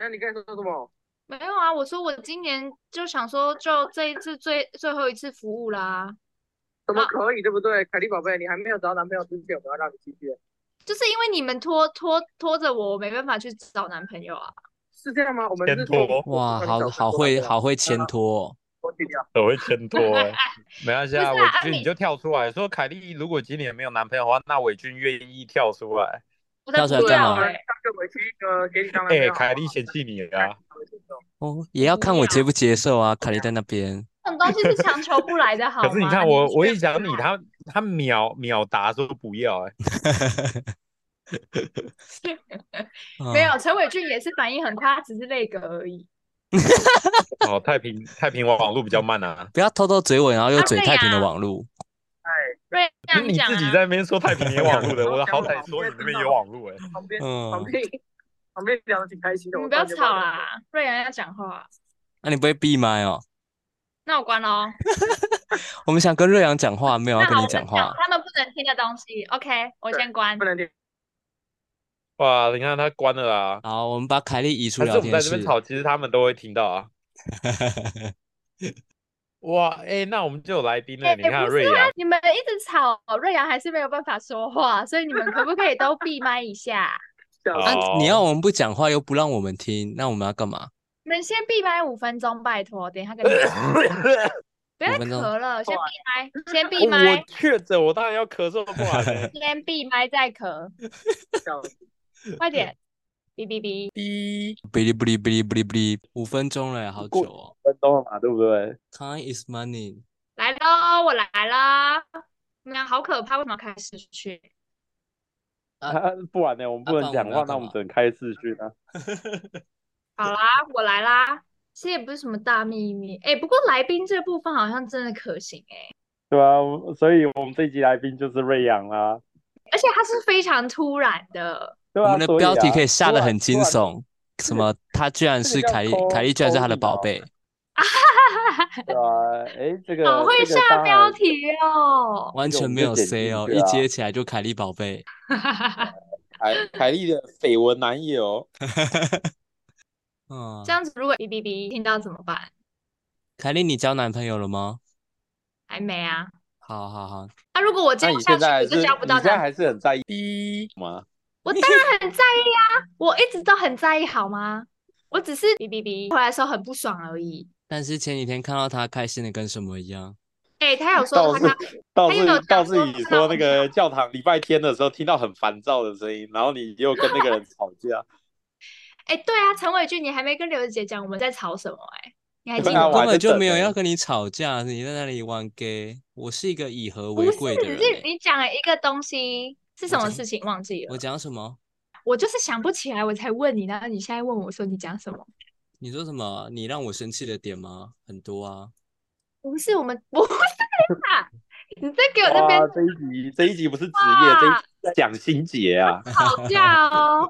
Speaker 5: 那你刚才说什么？
Speaker 1: 没有啊！我说我今年就想说，就这一次最最后一次服务啦，
Speaker 5: 怎么可以？对不对？凯莉宝贝，你还没有找到男朋友之前，我们要让你继续，
Speaker 1: 就是因为你们拖拖拖着我，我没办法去找男朋友啊。
Speaker 5: 是这样 吗？我们
Speaker 3: 牵
Speaker 5: 是
Speaker 3: 拖
Speaker 5: 做
Speaker 2: 哇，好好会好，会牵拖、哦。
Speaker 5: 我去掉。
Speaker 3: 我会 牵拖欸，没关系啊，
Speaker 1: 不是啊
Speaker 3: 伟俊
Speaker 1: 你
Speaker 3: 你就跳出来说，凯莉如果今年没有男朋友的话，那伟俊愿意跳出来。
Speaker 1: 我才
Speaker 2: 到时候
Speaker 1: 不
Speaker 2: 干
Speaker 1: 要
Speaker 2: 嘛
Speaker 1: 哎、
Speaker 5: 上个委屈一个给你当男朋
Speaker 3: 哎，
Speaker 5: 友。
Speaker 3: 凯莉嫌弃你了啊，
Speaker 2: 哦，也要看我接不接受啊。凯莉在那边，
Speaker 1: 这种东西是强求不来的，好吗？
Speaker 3: 可是你看我，我
Speaker 1: 也
Speaker 3: 一讲你，他他秒秒答说不要，哎，
Speaker 2: 啊
Speaker 1: 没有陈伟俊也是反应很快，他只是那个而已。
Speaker 3: 哦，太平太平网络比较慢 啊，
Speaker 2: 不要偷偷嘴吻，然后又
Speaker 1: 啊
Speaker 2: 嘴
Speaker 1: 对
Speaker 2: 太平的
Speaker 1: 呀
Speaker 2: 网路。
Speaker 5: 哎，
Speaker 1: 瑞，
Speaker 3: 那
Speaker 1: 那
Speaker 3: 你
Speaker 1: 讲
Speaker 3: 自己
Speaker 1: 啊
Speaker 3: 在那边说太平也有网络的，
Speaker 5: 我
Speaker 3: 我
Speaker 5: 要讲
Speaker 3: 好歹
Speaker 5: 网
Speaker 3: 说
Speaker 5: 络
Speaker 3: 你那边有网络哎。
Speaker 5: 旁边旁
Speaker 2: 嗯，
Speaker 5: 边旁边聊的挺开心的，
Speaker 1: 你
Speaker 5: 我
Speaker 1: 不要
Speaker 5: 突然间
Speaker 1: 吵
Speaker 5: 忘了。
Speaker 1: 啦，瑞阳要讲话，
Speaker 2: 那、你不会闭麦哦？
Speaker 1: 那我关喽。
Speaker 2: 我们想跟瑞阳讲话，没有要
Speaker 1: 那
Speaker 2: 跟
Speaker 1: 好，
Speaker 2: 你
Speaker 1: 我
Speaker 2: 讲
Speaker 1: 们
Speaker 2: 话
Speaker 1: 讲。他们不能听的东西。OK，我
Speaker 5: 对
Speaker 1: 先关
Speaker 5: 不。能听，
Speaker 3: 哇，你看他关了啊，
Speaker 2: 好，我们把凯莉移出
Speaker 3: 但是
Speaker 2: 聊
Speaker 3: 我们
Speaker 2: 天
Speaker 3: 在这
Speaker 2: 室
Speaker 3: 边。 吵，其实他们都会听到啊。哇，哎、那我们就有来宾了，
Speaker 1: 哎
Speaker 3: 你看
Speaker 1: 不是
Speaker 3: 瑞阳，
Speaker 1: 你们一直吵，瑞阳还是没有办法说话，所以你们可不可以都闭麦一下？
Speaker 5: 笑
Speaker 2: 啊
Speaker 5: 死
Speaker 3: 好，
Speaker 2: 你要我们不讲话又不让我们听，那我们要干嘛？
Speaker 1: 你们先闭麦五分钟，拜托，等一下跟你们 讲不要
Speaker 2: 五分钟
Speaker 1: 咳了，先闭麦，先闭
Speaker 3: 哦 我
Speaker 1: 麦，
Speaker 3: 确诊，我当然要咳嗽不完了
Speaker 1: 先闭麦再咳，
Speaker 5: 笑死
Speaker 1: 快点，哔哔哔。
Speaker 3: 第一
Speaker 2: 哔哩哔哩哔哩哔哩哔哩，五分钟了，好久
Speaker 3: 过
Speaker 2: 哦。
Speaker 3: 分钟了嘛，对不对？
Speaker 2: Time is money。
Speaker 1: 来喽，我来啦！你们俩好可怕，为什么要开视讯？
Speaker 3: 啊，不然呢，我们啊不能讲话，那我们只能开视讯啊。
Speaker 1: 好啦，我来啦。其实也不是什么大秘密，哎、不过来宾这部分好像真的可行哎、
Speaker 3: 对啊，所以我们这一集来宾就是瑞阳啦，
Speaker 1: 而且它是非常突然的，
Speaker 3: 对
Speaker 2: 我
Speaker 3: 啊，
Speaker 2: 们的
Speaker 3: 所以
Speaker 2: 标题
Speaker 3: 啊
Speaker 2: 可以下得很
Speaker 3: 突
Speaker 2: 惊
Speaker 3: 然突然
Speaker 2: 悚，什么？他居然
Speaker 3: 这
Speaker 2: 是
Speaker 3: 个叫
Speaker 2: 凯莉，
Speaker 3: 抠
Speaker 2: 凯莉居然是
Speaker 3: 抠
Speaker 2: 他的
Speaker 3: 地
Speaker 2: 宝
Speaker 3: 哦
Speaker 2: 贝。
Speaker 3: 对啊，哎，这个
Speaker 1: 好会
Speaker 3: 这个
Speaker 1: 下
Speaker 3: 当
Speaker 1: 标
Speaker 3: 然
Speaker 1: 题哦！
Speaker 2: 完
Speaker 3: 这个
Speaker 2: 全
Speaker 3: 我们
Speaker 2: 没
Speaker 3: 就
Speaker 2: 有
Speaker 3: 剪
Speaker 2: C
Speaker 3: 进
Speaker 2: 哦，
Speaker 3: 去
Speaker 2: 一
Speaker 3: 啊
Speaker 2: 接起来就凯莉宝贝。
Speaker 3: 凯凯莉的绯闻男友，
Speaker 2: 嗯
Speaker 1: 这，样子如果哔哔哔听到怎么办？
Speaker 2: 凯莉，你交男朋友了吗？
Speaker 1: 还没啊？
Speaker 2: 好好好，
Speaker 1: 那、如果我接
Speaker 3: 那
Speaker 1: 不
Speaker 3: 你
Speaker 1: 下
Speaker 3: 现
Speaker 1: 去，
Speaker 3: 在还
Speaker 1: 我
Speaker 3: 是
Speaker 1: 就
Speaker 3: 你
Speaker 1: 交不到
Speaker 3: 现在
Speaker 1: 男。
Speaker 3: 还是很在意第一吗？
Speaker 1: 我当然很在意啊，我一直都很在意，好吗？我只是哔哔哔回来的时候很不爽而已。
Speaker 2: 但是前几天看到他开心的跟什么一样，
Speaker 1: 哎、他有说
Speaker 3: 倒
Speaker 1: 他
Speaker 3: 是
Speaker 1: 刚
Speaker 3: 倒
Speaker 1: 他又没有
Speaker 3: 是倒
Speaker 1: 讲
Speaker 3: 是
Speaker 1: 说
Speaker 3: 你
Speaker 1: 他
Speaker 3: 说
Speaker 1: 不
Speaker 3: 那
Speaker 1: 知道
Speaker 3: 个教堂礼拜天的时候听到很烦躁的声音，然后你又跟那个人吵架，
Speaker 1: 哎、对啊，陈伟俊，你还没跟刘姐讲我们在吵什么、哎，你还
Speaker 3: 对
Speaker 1: 记
Speaker 3: 啊
Speaker 1: 得吗？
Speaker 2: 我
Speaker 3: 我
Speaker 2: 根
Speaker 3: 还
Speaker 2: 本
Speaker 3: 在
Speaker 2: 就
Speaker 3: 等
Speaker 2: 没有
Speaker 3: 呢
Speaker 2: 要跟你吵架，你在那里玩 gay。我是一个以和
Speaker 1: 不
Speaker 2: 为
Speaker 1: 是，
Speaker 2: 贵的人
Speaker 1: 是
Speaker 2: 欸
Speaker 1: 你讲了一个东西，是
Speaker 2: 我
Speaker 1: 什么
Speaker 2: 讲
Speaker 1: 事情忘记了？
Speaker 2: 我讲什么？
Speaker 1: 我就是想不起来，我才问你，然后你现在问我说你讲什么？
Speaker 2: 你说什么？你让我生气的点吗？很多啊。
Speaker 1: 不是我们，不是啊！你 在给我那边
Speaker 3: 哇，这一集这一集不是职业，这一集在讲心结 啊，
Speaker 1: 吵架哦，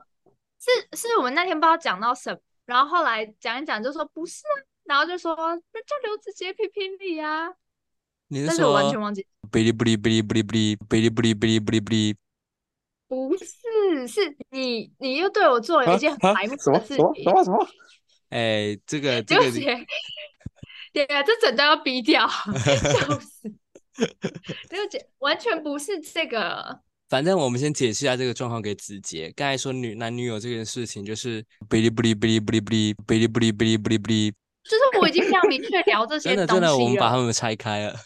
Speaker 1: 是是我们那天不知道讲到什么，然后后来讲一讲就说不是啊，然后就说那叫刘子杰评评理啊，
Speaker 2: 你
Speaker 1: 但是我
Speaker 2: 说
Speaker 1: 完全忘记。
Speaker 2: 哔哩哔哩哔哩哔哩哔哩哔哩哔哩哔哩哔哩哔哩，
Speaker 1: 不是，是你，你又对我做了
Speaker 3: 啊
Speaker 1: 一件很
Speaker 3: 啊
Speaker 1: 白目
Speaker 3: 什么
Speaker 1: 的事
Speaker 3: 什么
Speaker 1: 情
Speaker 3: 什，么什么？
Speaker 2: 哎，这个这
Speaker 1: 对
Speaker 2: 个
Speaker 1: 不起，对啊，这整段要逼掉， 笑死！对不起，完全不是这个，
Speaker 2: 反正我们先解释一下这个状况给子杰。刚才说女男女友这件事情，就是哔哩哔哩哔哩哔哩哔哩哔哩哔哩哔哩哔哩哔哩，
Speaker 1: 就是我已经非常明确聊这些
Speaker 2: 真的
Speaker 1: 东
Speaker 2: 真的，我
Speaker 1: 西啊
Speaker 2: 们把
Speaker 1: 了。
Speaker 2: 他们拆开了。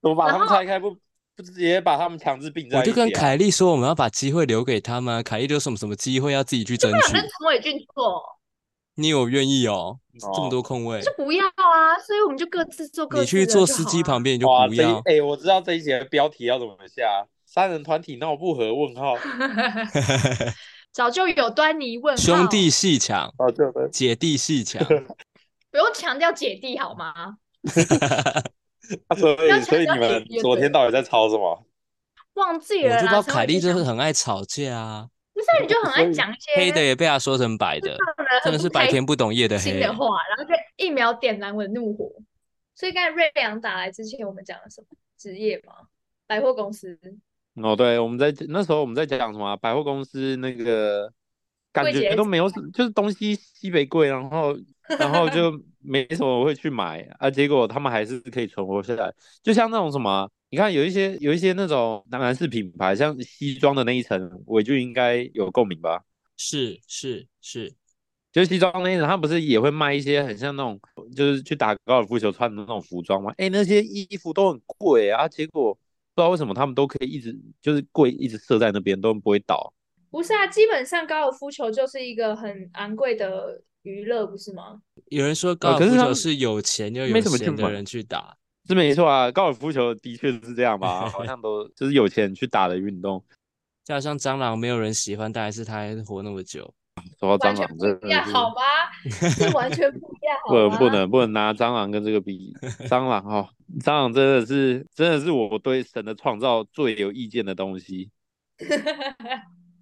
Speaker 3: 我把他
Speaker 1: 然
Speaker 3: 们拆开不不直接把他们强制并在
Speaker 2: 我
Speaker 3: 一
Speaker 2: 就
Speaker 3: 起、啊？
Speaker 2: 跟凯莉说，我们要把机会留给他们啊。凯莉就什么什么机会要自己去争
Speaker 1: 不想
Speaker 2: 取
Speaker 1: 跟。陈伟俊做，
Speaker 2: 你有愿意哦？这么
Speaker 3: 哦
Speaker 2: 多空位，
Speaker 1: 就不要啊，所以我们就各自做各自
Speaker 2: 你
Speaker 1: 的
Speaker 2: 去做司机旁
Speaker 1: 边，
Speaker 2: 边你就
Speaker 3: 哇，
Speaker 2: 不
Speaker 3: 这一
Speaker 2: 要。
Speaker 3: 哎、我知道这一节的标题要怎么下，啊三人团体闹不和？问号
Speaker 1: 早就有端倪问号
Speaker 2: 兄弟戏强，
Speaker 3: 哦，对对，
Speaker 2: 姐弟戏 强，
Speaker 1: 不用强调姐弟好吗？
Speaker 3: 啊所以所以你
Speaker 1: 要强调
Speaker 3: 们
Speaker 1: 姐姐
Speaker 3: 昨天到底在吵什么？
Speaker 1: 忘记
Speaker 2: 我
Speaker 1: 了
Speaker 2: 知
Speaker 1: 啦。
Speaker 2: 道
Speaker 1: 陈
Speaker 2: 凯
Speaker 1: 伟
Speaker 2: 莉
Speaker 1: 俊
Speaker 2: 就是
Speaker 1: 讲
Speaker 2: 很爱吵架啊，
Speaker 1: 不是啊你就很爱讲一些
Speaker 2: 黑的也被她说成白的，
Speaker 1: 让人
Speaker 2: 真
Speaker 1: 啊很
Speaker 2: 的是白
Speaker 1: 开
Speaker 2: 天不懂夜的
Speaker 1: 心
Speaker 2: 黑
Speaker 1: 的。话，然后就一秒点燃我的怒火。所以刚才瑞阳打来之前，我们讲了什么职业吗？百货公司
Speaker 3: 哦，对，我们在那时候我们在讲什么啊、百货公司那个感
Speaker 1: 柜姐
Speaker 3: 觉都没有什，就是东西西北贵，然 后然后就没什么会去买啊，结果他们还是可以存活下来。就像那种什么，啊你看有一些有一些那种男士品牌，像西装的那一层，我就应该有共鸣吧。
Speaker 2: 是是是，
Speaker 3: 就是西装那一层，他不是也会卖一些很像那种，就是去打高尔夫球穿的那种服装吗？哎，那些衣服都很贵啊，结果不知道为什么他们都可以一直就是贵，一直设在那边都不会倒。
Speaker 1: 不是啊，基本上高尔夫球就是一个很昂贵的娱乐，不是吗？
Speaker 2: 有人说高尔
Speaker 3: 哦可是
Speaker 2: 夫
Speaker 3: 他
Speaker 2: 球
Speaker 3: 们
Speaker 2: 是有钱又
Speaker 3: 没
Speaker 2: 有
Speaker 3: 怎么去
Speaker 2: 闲的
Speaker 3: 买
Speaker 2: 人去打，
Speaker 3: 是没错啊，高尔夫球的确是这样吧，好像都 就是有钱人去打的运动。
Speaker 2: 就好像蟑螂没有人喜欢，但还是它还活那么久。
Speaker 3: 说到
Speaker 1: 完
Speaker 3: 蟑
Speaker 1: 全
Speaker 3: 螂，
Speaker 1: 不
Speaker 3: 真
Speaker 1: 一
Speaker 3: 的
Speaker 1: 样，
Speaker 3: 是
Speaker 1: 好吧？是完全不一样，好
Speaker 3: 不能
Speaker 1: 吧？
Speaker 3: 不能不能拿蟑螂跟这个比，蟑螂哦，蟑螂真的是真的是我对神的创造最有意见的东西，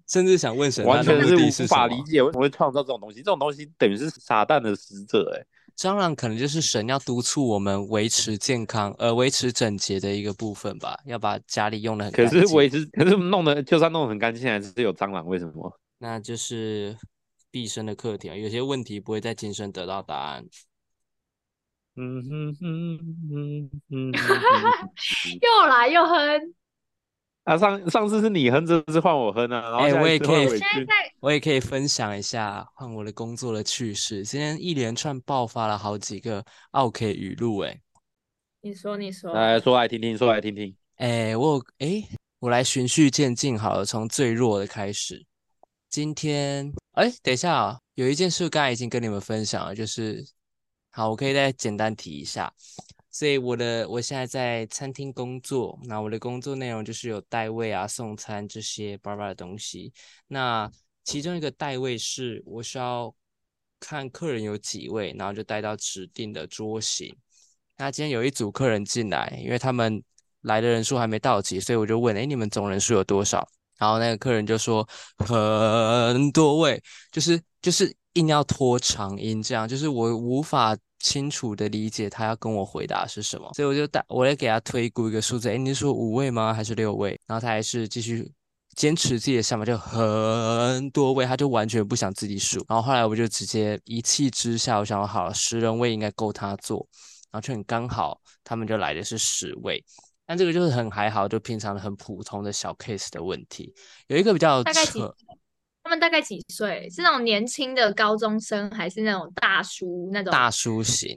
Speaker 2: 甚至想问神，
Speaker 3: 完
Speaker 2: 它的
Speaker 3: 全
Speaker 2: 目
Speaker 3: 是
Speaker 2: 的
Speaker 3: 无
Speaker 2: 是什
Speaker 3: 法
Speaker 2: 么？
Speaker 3: 理解为什么会创造这种东西。这种东西等于是撒旦的使者、欸，
Speaker 2: 蟑螂可能就是神要督促我们维持健康，呃，维持整洁的一个部分吧，要把家里用的很
Speaker 3: 可
Speaker 2: 干
Speaker 3: 是
Speaker 2: 净。
Speaker 3: 维持，可是弄得就算弄得很干净，还是有蟑螂，为什么？
Speaker 2: 那就是毕生的课题啊，有些问题不会在今生得到答案。
Speaker 3: 嗯哼哼哼
Speaker 2: 嗯
Speaker 3: 哼哼哼
Speaker 1: 又来又哼，
Speaker 3: 啊，上上次是你哼，这次换我哼啊，然后
Speaker 2: 哎
Speaker 3: 下
Speaker 2: 我
Speaker 3: 一
Speaker 2: 也
Speaker 3: 次
Speaker 2: 可
Speaker 3: 换
Speaker 2: 以
Speaker 3: 伟
Speaker 1: 现在
Speaker 3: 君
Speaker 1: 在
Speaker 2: 我也可以分享一下换我的工作的趣事。今天一连串爆发了好几个 OK 语录、欸，
Speaker 1: 你说你说，
Speaker 3: 来说来听听，说来听听。
Speaker 2: 哎，我有哎，我来循序渐进好了，从最弱的开始。今天，哎，等一下啊，有一件事刚才已经跟你们分享了，就是，好，我可以再简单提一下。所以我的我现在在餐厅工作，那我的工作内容就是有带位啊、送餐这些巴拉巴拉的东西。那其中一个代位是我需要看客人有几位，然后就带到指定的桌型。那今天有一组客人进来，因为他们来的人数还没到齐，所以我就问：“哎，你们总人数有多少？”然后那个客人就说：“很多位。”就是就是硬要拖长音，这样就是我无法清楚的理解他要跟我回答是什么，所以我就打，我来给他推估一个数字，诶，你是说五位吗？还是六位？然后他还是继续坚持自己的想法，就很多位，他就完全不想自己数。然后后来我就直接一气之下，我想说好了，十人位应该够他做，然后就很刚好他们就来的是十位。但这个就是很还好，就平常很普通的小 case 的问题。有一个比较
Speaker 1: 大概几
Speaker 2: 扯，
Speaker 1: 他们大概几岁？是那种年轻的高中生，还是那种大叔那种
Speaker 2: 大叔型，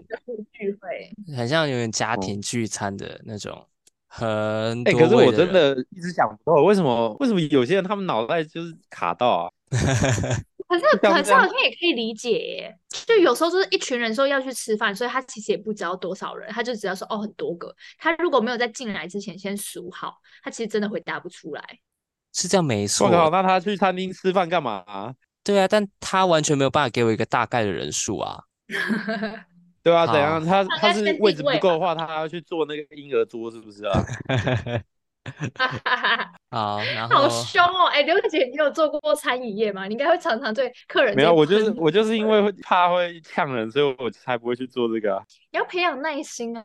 Speaker 1: 聚会？
Speaker 2: 很像有点家
Speaker 3: 哦
Speaker 2: 庭聚餐的那种，很
Speaker 3: 哎、
Speaker 2: 多
Speaker 3: 可是
Speaker 2: 位
Speaker 3: 我
Speaker 2: 的
Speaker 3: 真
Speaker 2: 人
Speaker 3: 的一直想不透，为什么为什么有些人他们脑袋就是卡到啊？
Speaker 1: 可是
Speaker 3: 像
Speaker 1: 可
Speaker 3: 这
Speaker 1: 是好
Speaker 3: 样
Speaker 1: 像也可以理解耶，就有时候就是一群人说要去吃饭，所以他其实也不知道多少人，他就只要说哦很多个。他如果没有在进来之前先数好，他其实真的回答不出来。
Speaker 2: 是这样没
Speaker 3: 我靠，
Speaker 2: 错，
Speaker 3: 那他去餐厅吃饭干嘛、
Speaker 2: 对啊，但他完全没有办法给我一个大概的人数啊，
Speaker 3: 对啊，
Speaker 2: 好
Speaker 3: 怎样？他
Speaker 1: 他
Speaker 3: 他
Speaker 1: 在
Speaker 3: 是
Speaker 1: 先
Speaker 3: 位
Speaker 1: 定
Speaker 3: 置不
Speaker 1: 位
Speaker 3: 够的话，他还要去坐那个婴儿桌，是不是啊？
Speaker 2: 好，啊然
Speaker 1: 好
Speaker 2: 后
Speaker 1: 凶哦！哎、刘姐，你有做过餐饮业吗？你应该会常常对客人
Speaker 3: 没有，
Speaker 1: 这些
Speaker 3: 我就是
Speaker 1: 喷
Speaker 3: 我就是因为会怕会呛人，所以我才不会去做这个、啊。
Speaker 1: 你要培养耐心啊。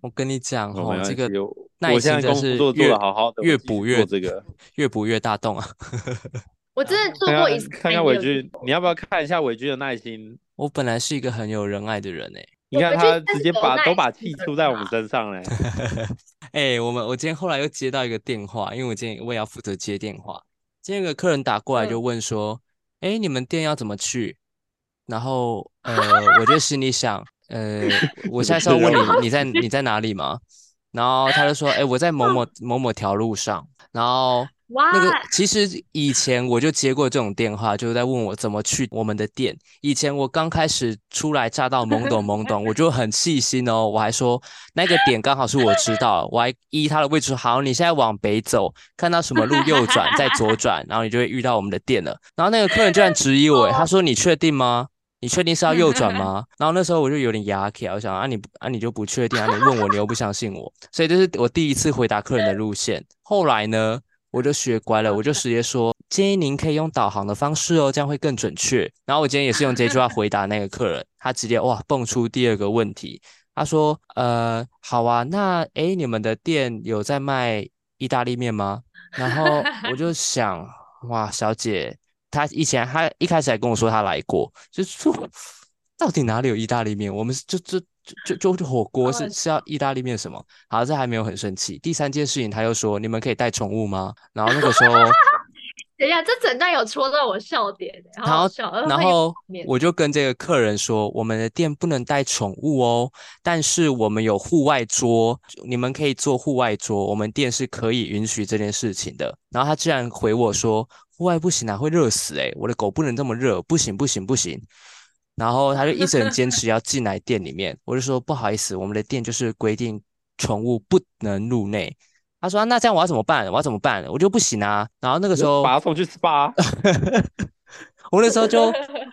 Speaker 2: 我跟你讲
Speaker 3: 哦
Speaker 2: 哦
Speaker 3: 没，
Speaker 2: 这
Speaker 3: 关
Speaker 2: 个
Speaker 3: 系我
Speaker 2: 耐
Speaker 3: 我
Speaker 2: 心
Speaker 3: 现在
Speaker 2: 真的
Speaker 3: 工
Speaker 2: 是
Speaker 3: 作做
Speaker 2: 越
Speaker 3: 得好好的我
Speaker 2: 越
Speaker 3: 继续
Speaker 2: 补
Speaker 3: 做
Speaker 2: 越
Speaker 3: 这个，
Speaker 2: 越补越大洞啊。
Speaker 1: 我真的做
Speaker 3: 啊看
Speaker 1: 过一次
Speaker 3: 看看
Speaker 1: 餐
Speaker 3: 看
Speaker 1: 饮
Speaker 3: 伟
Speaker 1: 业
Speaker 3: 军，你要不要看一下伟军的耐心？
Speaker 2: 我本来是一个很有仁爱的人欸诶、
Speaker 3: 你看
Speaker 1: 伟军
Speaker 3: 他
Speaker 1: 应该
Speaker 3: 直
Speaker 1: 是
Speaker 3: 接
Speaker 1: 有
Speaker 3: 把
Speaker 1: 耐
Speaker 3: 都把
Speaker 1: 心
Speaker 3: 气
Speaker 1: 的
Speaker 3: 出
Speaker 1: 人
Speaker 3: 在我们
Speaker 1: 啊
Speaker 3: 身上嘞、
Speaker 2: 哎、我们我今天后来又接到一个电话，因为我今天我也要负责接电话。今天有个客人打过来就问说：“哎、你们店要怎么去？”然后呃，我就心里想，呃，我现在是要问你你在你在哪里吗？然后他就说，哎，我在某某某某条路上，然后
Speaker 1: 哇，
Speaker 2: 那个其实以前我就接过这种电话，就是在问我怎么去我们的店。以前我刚开始初来乍到，懵懂懵懂，我就很细心哦，我还说那个点刚好是我知道，我还依他的位置说好，你现在往北走，看到什么路右转，再左转，然后你就会遇到我们的店了。然后那个客人居然质疑我，欸诶他说你确定吗？你确定是要右转吗？然后那时候我就有点牙起来，我想啊你不啊你就不确定啊，你问我你又不相信我，所以这是我第一次回答客人的路线。后来呢，我就学乖了，我就直接说建议您可以用导航的方式哦，这样会更准确。然后我今天也是用这句话回答那个客人， 他直接哇蹦出第二个问题，他说呃好啊，那诶你们的店有在卖意大利面吗？然后我就想哇小姐，她以前她一开始还跟我说她来过，就是我到底哪里有意大利面？我们是就就就就就火锅
Speaker 1: 好恶
Speaker 2: 是
Speaker 1: 心
Speaker 2: 是要意大利面什么？好，这还没有很生气。第三件事情，他又说你们可以带宠物吗？然后那个时候，
Speaker 1: 等一下，这整段有戳到我笑点，然
Speaker 2: 然
Speaker 1: 好
Speaker 2: 后
Speaker 1: 好笑，呃
Speaker 2: 然后
Speaker 1: 面
Speaker 2: 我就跟这个客人说，我们的店不能带宠物哦，但是我们有户外桌，你们可以做户外桌，我们店是可以允许这件事情的。然后他居然回我说，户外不行啊，会热死诶、我的狗不能这么热，不行不行不行。然后他就一直很坚持要进来店里面，我就说不好意思，我们的店就是规定宠物不能入内。他说、啊那这样我要怎么办？我要怎么办？我就不行啊。然后那个时候
Speaker 3: 把他送 去 SPA，
Speaker 2: 我那时候就，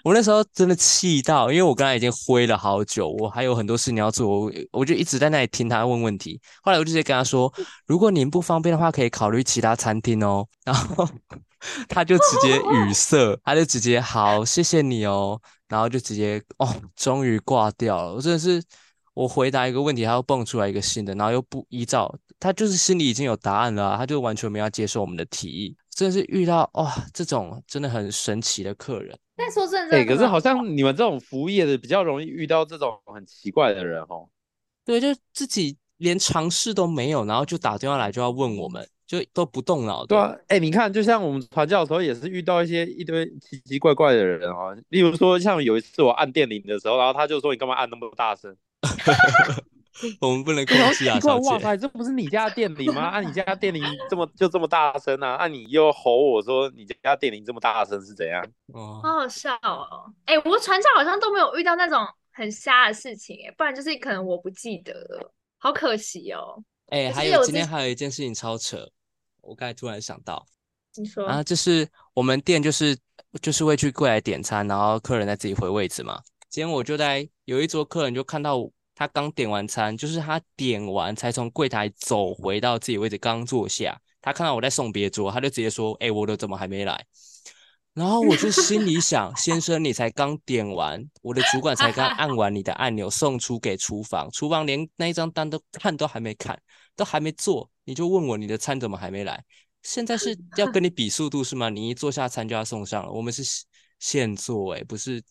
Speaker 2: 我那时候真的气到，因为我刚才已经挥了好久，我还有很多事情要做，我我就一直在那里听他问问题。后来我就直接跟他说，如果您不方便的话，可以考虑其他餐厅哦。然后 他就直接语塞，他就直接好，谢谢你哦，然后就直接哦，终于挂掉了。我真的是，我回答一个问题，他又蹦出来一个新的，然后又不依照他就是心里已经有答案了啊、他就完全没有要接受我们的提议。真的是遇到哇、这种真的很神奇的客人。
Speaker 1: 但说真的，
Speaker 3: 哎、可是好像你们这种服务业的比较容易遇到这种很奇怪的人哦。
Speaker 2: 对，就自己连尝试都没有，然后就打电话来就要问我们，就都不动脑
Speaker 3: 对
Speaker 2: 的。
Speaker 3: 啊，哎、你看，就像我们传教的时候，也是遇到一些一堆奇奇怪怪的人哦。例如说，像有一次我按电铃的时候，然后他就说：“你干嘛按那么大声
Speaker 2: 我们不能？”控
Speaker 3: 然后
Speaker 2: 制
Speaker 3: 奇
Speaker 2: 啊，
Speaker 3: 怪，
Speaker 2: 小
Speaker 3: 哇
Speaker 2: 姐。
Speaker 3: 塞，这不是你家的电铃吗？啊按、你家的电铃这么就这么大声啊？按、你又吼我说你家的电铃这么大声是怎样？
Speaker 2: 哦，
Speaker 3: 啊
Speaker 1: 好好笑哦！哎、我船长好像都没有遇到那种很瞎的事情、哎，不然就是可能我不记得了，好可惜哦。
Speaker 2: 哎，
Speaker 1: 可
Speaker 2: 还
Speaker 1: 是
Speaker 2: 有
Speaker 1: 我
Speaker 2: 今
Speaker 1: 之
Speaker 2: 天还有一件事情超扯，我刚才突然想到
Speaker 1: 你说，
Speaker 2: 啊，就是我们店就是就是会去柜台点餐，然后客人再自己回位置嘛。今天我就在有一桌客人就看到我他刚点完餐，就是他点完才从柜台走回到自己位置，刚坐下，他看到我在送别桌，他就直接说：“哎、我的怎么还没来？”然后我就心里想，先生，你才刚点完，我的主管才刚按完你的按钮，送出给厨房，厨房连那一张单都看都还没看，都还没做，你就问我你的餐怎么还没来？现在 是要跟你比速度是吗？你一坐下餐就要送上了，我们是现现做诶、不是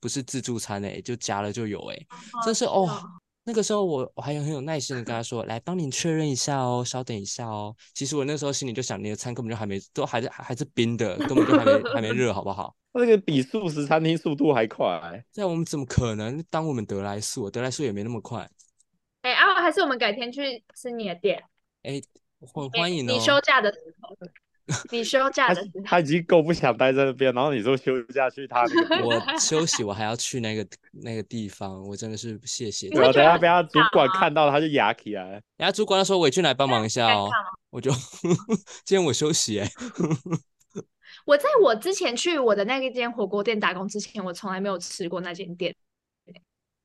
Speaker 2: 不是自助餐诶、就夹了就有诶、真是哦
Speaker 1: 哦，
Speaker 2: 那个时候我我还有很有耐心的跟他说，来帮你确认一下哦，稍等一下哦。其实我那时候心里就想，你的餐根本就还没，都还是还还是冰的，根本就还 没还没热，好不好？
Speaker 3: 那个比素食餐厅速度还快、
Speaker 2: 在我们怎么可能当我们得来速？得来速也没那么 快。
Speaker 1: 哎、啊，还是我们改天去吃你的店，
Speaker 2: 哎，欢欢迎
Speaker 1: 你
Speaker 2: 哦，
Speaker 1: 休假的时 候，你休假
Speaker 3: 他
Speaker 1: 的时候，
Speaker 3: 他已经够不想待在那边，然后你说休假去他 那个啊
Speaker 2: 我休息，我还要去那个那个地方，我真的是谢谢。
Speaker 1: 你
Speaker 3: 对
Speaker 1: 会觉
Speaker 3: 啊，等
Speaker 1: 得
Speaker 3: 下
Speaker 1: 很
Speaker 3: 被他主管看到，他就牙起来。
Speaker 2: 然后主管说：“伟俊来帮忙一下
Speaker 1: 尴
Speaker 2: 哦。”我就 今天我休息哎、
Speaker 1: 我在我之前去我的那一间火锅店打工之前，我从来没有吃过那间店，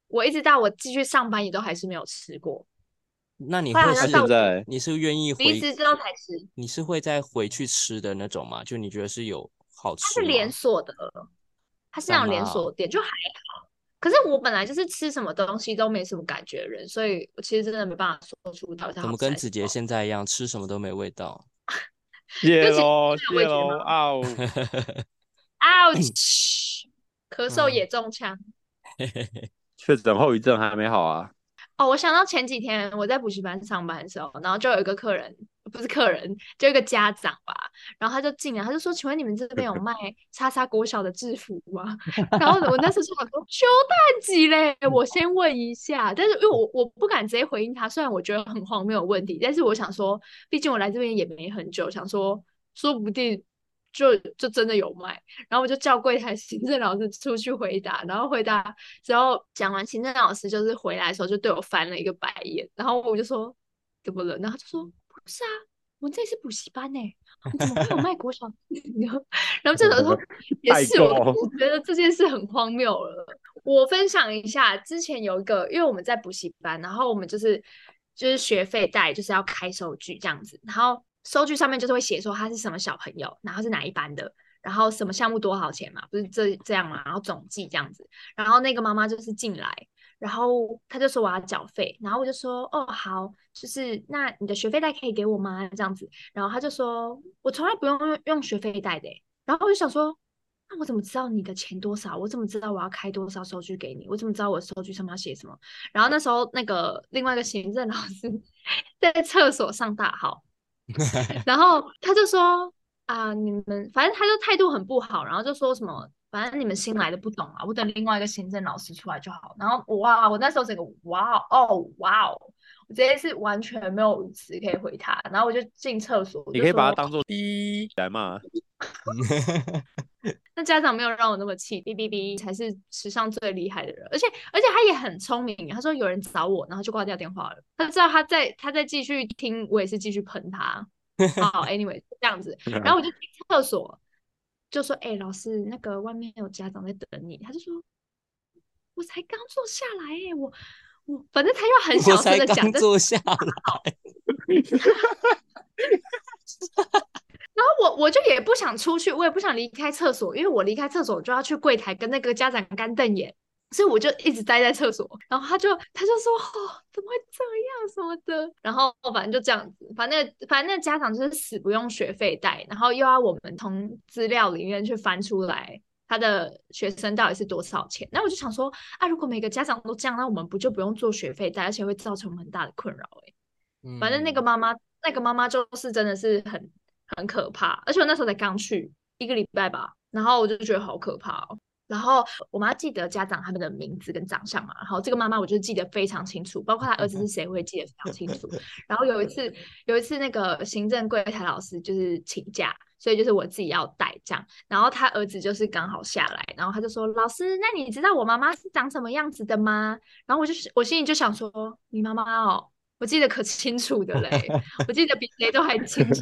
Speaker 1: 我一直到我继续上班也都还是没有吃过，
Speaker 2: 那你
Speaker 1: 后来
Speaker 2: 会
Speaker 1: 好
Speaker 3: 那
Speaker 1: 像
Speaker 2: 是
Speaker 1: 到
Speaker 3: 现在
Speaker 2: 你是愿意
Speaker 1: 离
Speaker 2: 回
Speaker 1: 职之后才吃，
Speaker 2: 你是会再回去吃的那种吗？就你觉得是有好
Speaker 1: 它
Speaker 2: 吃
Speaker 1: 是
Speaker 2: 吗？
Speaker 1: 连锁的，它是那种连
Speaker 2: 干嘛
Speaker 1: 锁店，就还好。可是我本来就是吃什么东西都没什么感觉的人，所以我其实真的没办法说出到底是
Speaker 2: 怎
Speaker 1: 好
Speaker 2: 么
Speaker 1: 吃
Speaker 2: 跟
Speaker 1: 还是
Speaker 2: 子杰
Speaker 1: 不好
Speaker 2: 现在一样，吃什么都没味道？
Speaker 3: 谢喽，
Speaker 1: 这个我也
Speaker 3: 谢喽
Speaker 1: 觉得，
Speaker 3: 啊呜！
Speaker 1: ouch，咳 嗽
Speaker 2: 嗯
Speaker 1: 也中枪。
Speaker 3: 确诊后遗症还没好啊。
Speaker 1: 哦，我想到前几天我在补习班上班的时候，然后就有一个客人，不是客人，就一个家长吧，然后他就进来，他就说：“请问你们这 边有卖叉叉国小的制服吗？”然后我那时候就想说：“修蛋几嘞？我先问一下。”但是因为我我不敢直接回应他，虽然我觉得很荒谬的问题，但是我想说，毕竟我来这边也没很久，想说说不定就就真的有卖。然后我就叫柜台行政老师出去回答，然后回答之后讲完，行政老师就是回来的时候就对我翻了一个白眼，然后我就说怎么了？然后他就说不是啊，我们这里是补习班呢、你怎么会有卖国小 制服呢？然后这时候说 也
Speaker 3: 代
Speaker 1: 是，我
Speaker 3: 购
Speaker 1: 我觉得这件事很荒谬了。我分享一下，之前有一个，因为我们在补习班，然后我们就是就是学费贷就是要开收据这样子，然后收据上面就是会写说他是什么小朋友，然后是哪一班的，然后什么项目多少钱嘛，不是这这样嘛，然后总计这样子，然后那个妈妈就是进来，然后他就说我要缴费，然后我就说哦好，就是那你的学费贷可以给我吗？这样子，然后他就说我从来不用用用学费贷的欸，然后我就想说。那我怎么知道你的钱多少？我怎么知道我要开多少收据给你？我怎么知道我收据上面要写什么？然后那时候那个另外一个行政老师 在厕所上大 号，然后他就说啊、你们反正他就态度很不好，然后就说什么，反正你们新来的不懂啊，我等另外一个行政老师出来就好。然后哇，我那时候整个哇哦哇哦，我直接是完全没有词可以回他，然后我就进厕所，我
Speaker 3: 你
Speaker 1: 就
Speaker 3: 可以把它
Speaker 1: 说
Speaker 3: 当做一来骂，
Speaker 1: 那家长没有让我那么气，哔哔哔才是史上最厉害的人，而且而且他也很聪明。欸他说有人找我，然后就挂掉电话了。他知道他在他再继续听，我也是继续喷他。 好，anyway 这样子，
Speaker 2: 嗯
Speaker 1: 然后我就进厕所，就说：“哎、老师，那个外面有家长在等你。”他就说：“我才刚坐下来、欸，我我反正他又很小
Speaker 2: 我
Speaker 1: 声
Speaker 2: 才
Speaker 1: 的讲，
Speaker 2: 刚
Speaker 1: 但
Speaker 2: 坐下来，
Speaker 1: 然后我我就也不想出去，我也不想离开厕所，因为我离开厕所就要去柜台跟那个家长干瞪眼，所以我就一直待在厕所。然后他就他就说：“哦，怎么会这样什么的？”然后反正就这样子，反正那个反正那个家长就是死不用学费贷，然后又要我们从资料里面去翻出来。他的学生到底是多少钱？那我就想说，啊，如果每个家长都这样，那我们不就不用做学费贷，而且会造成我们很大的困扰、欸反正那个
Speaker 2: 嗯
Speaker 1: 妈妈，那个妈妈就是真的是很很可怕，而且我那时候才刚去一个礼拜吧，然后我就觉得好可怕哦。然后我妈记得家长他们的名字跟长相嘛，然后这个妈妈我就记得非常清楚，包括她儿子是谁，我也记得非常清楚。然后有一次，有一次那个行政柜台老师就是请假，所以就是我自己要带这样。然后他儿子就是刚好下来，然后他就说：“老师，那你知道我妈妈是长什么样子的吗？”然后我就是我心里就想说：“你妈妈哦，我记得可清楚的嘞，我记得比谁都还清 楚。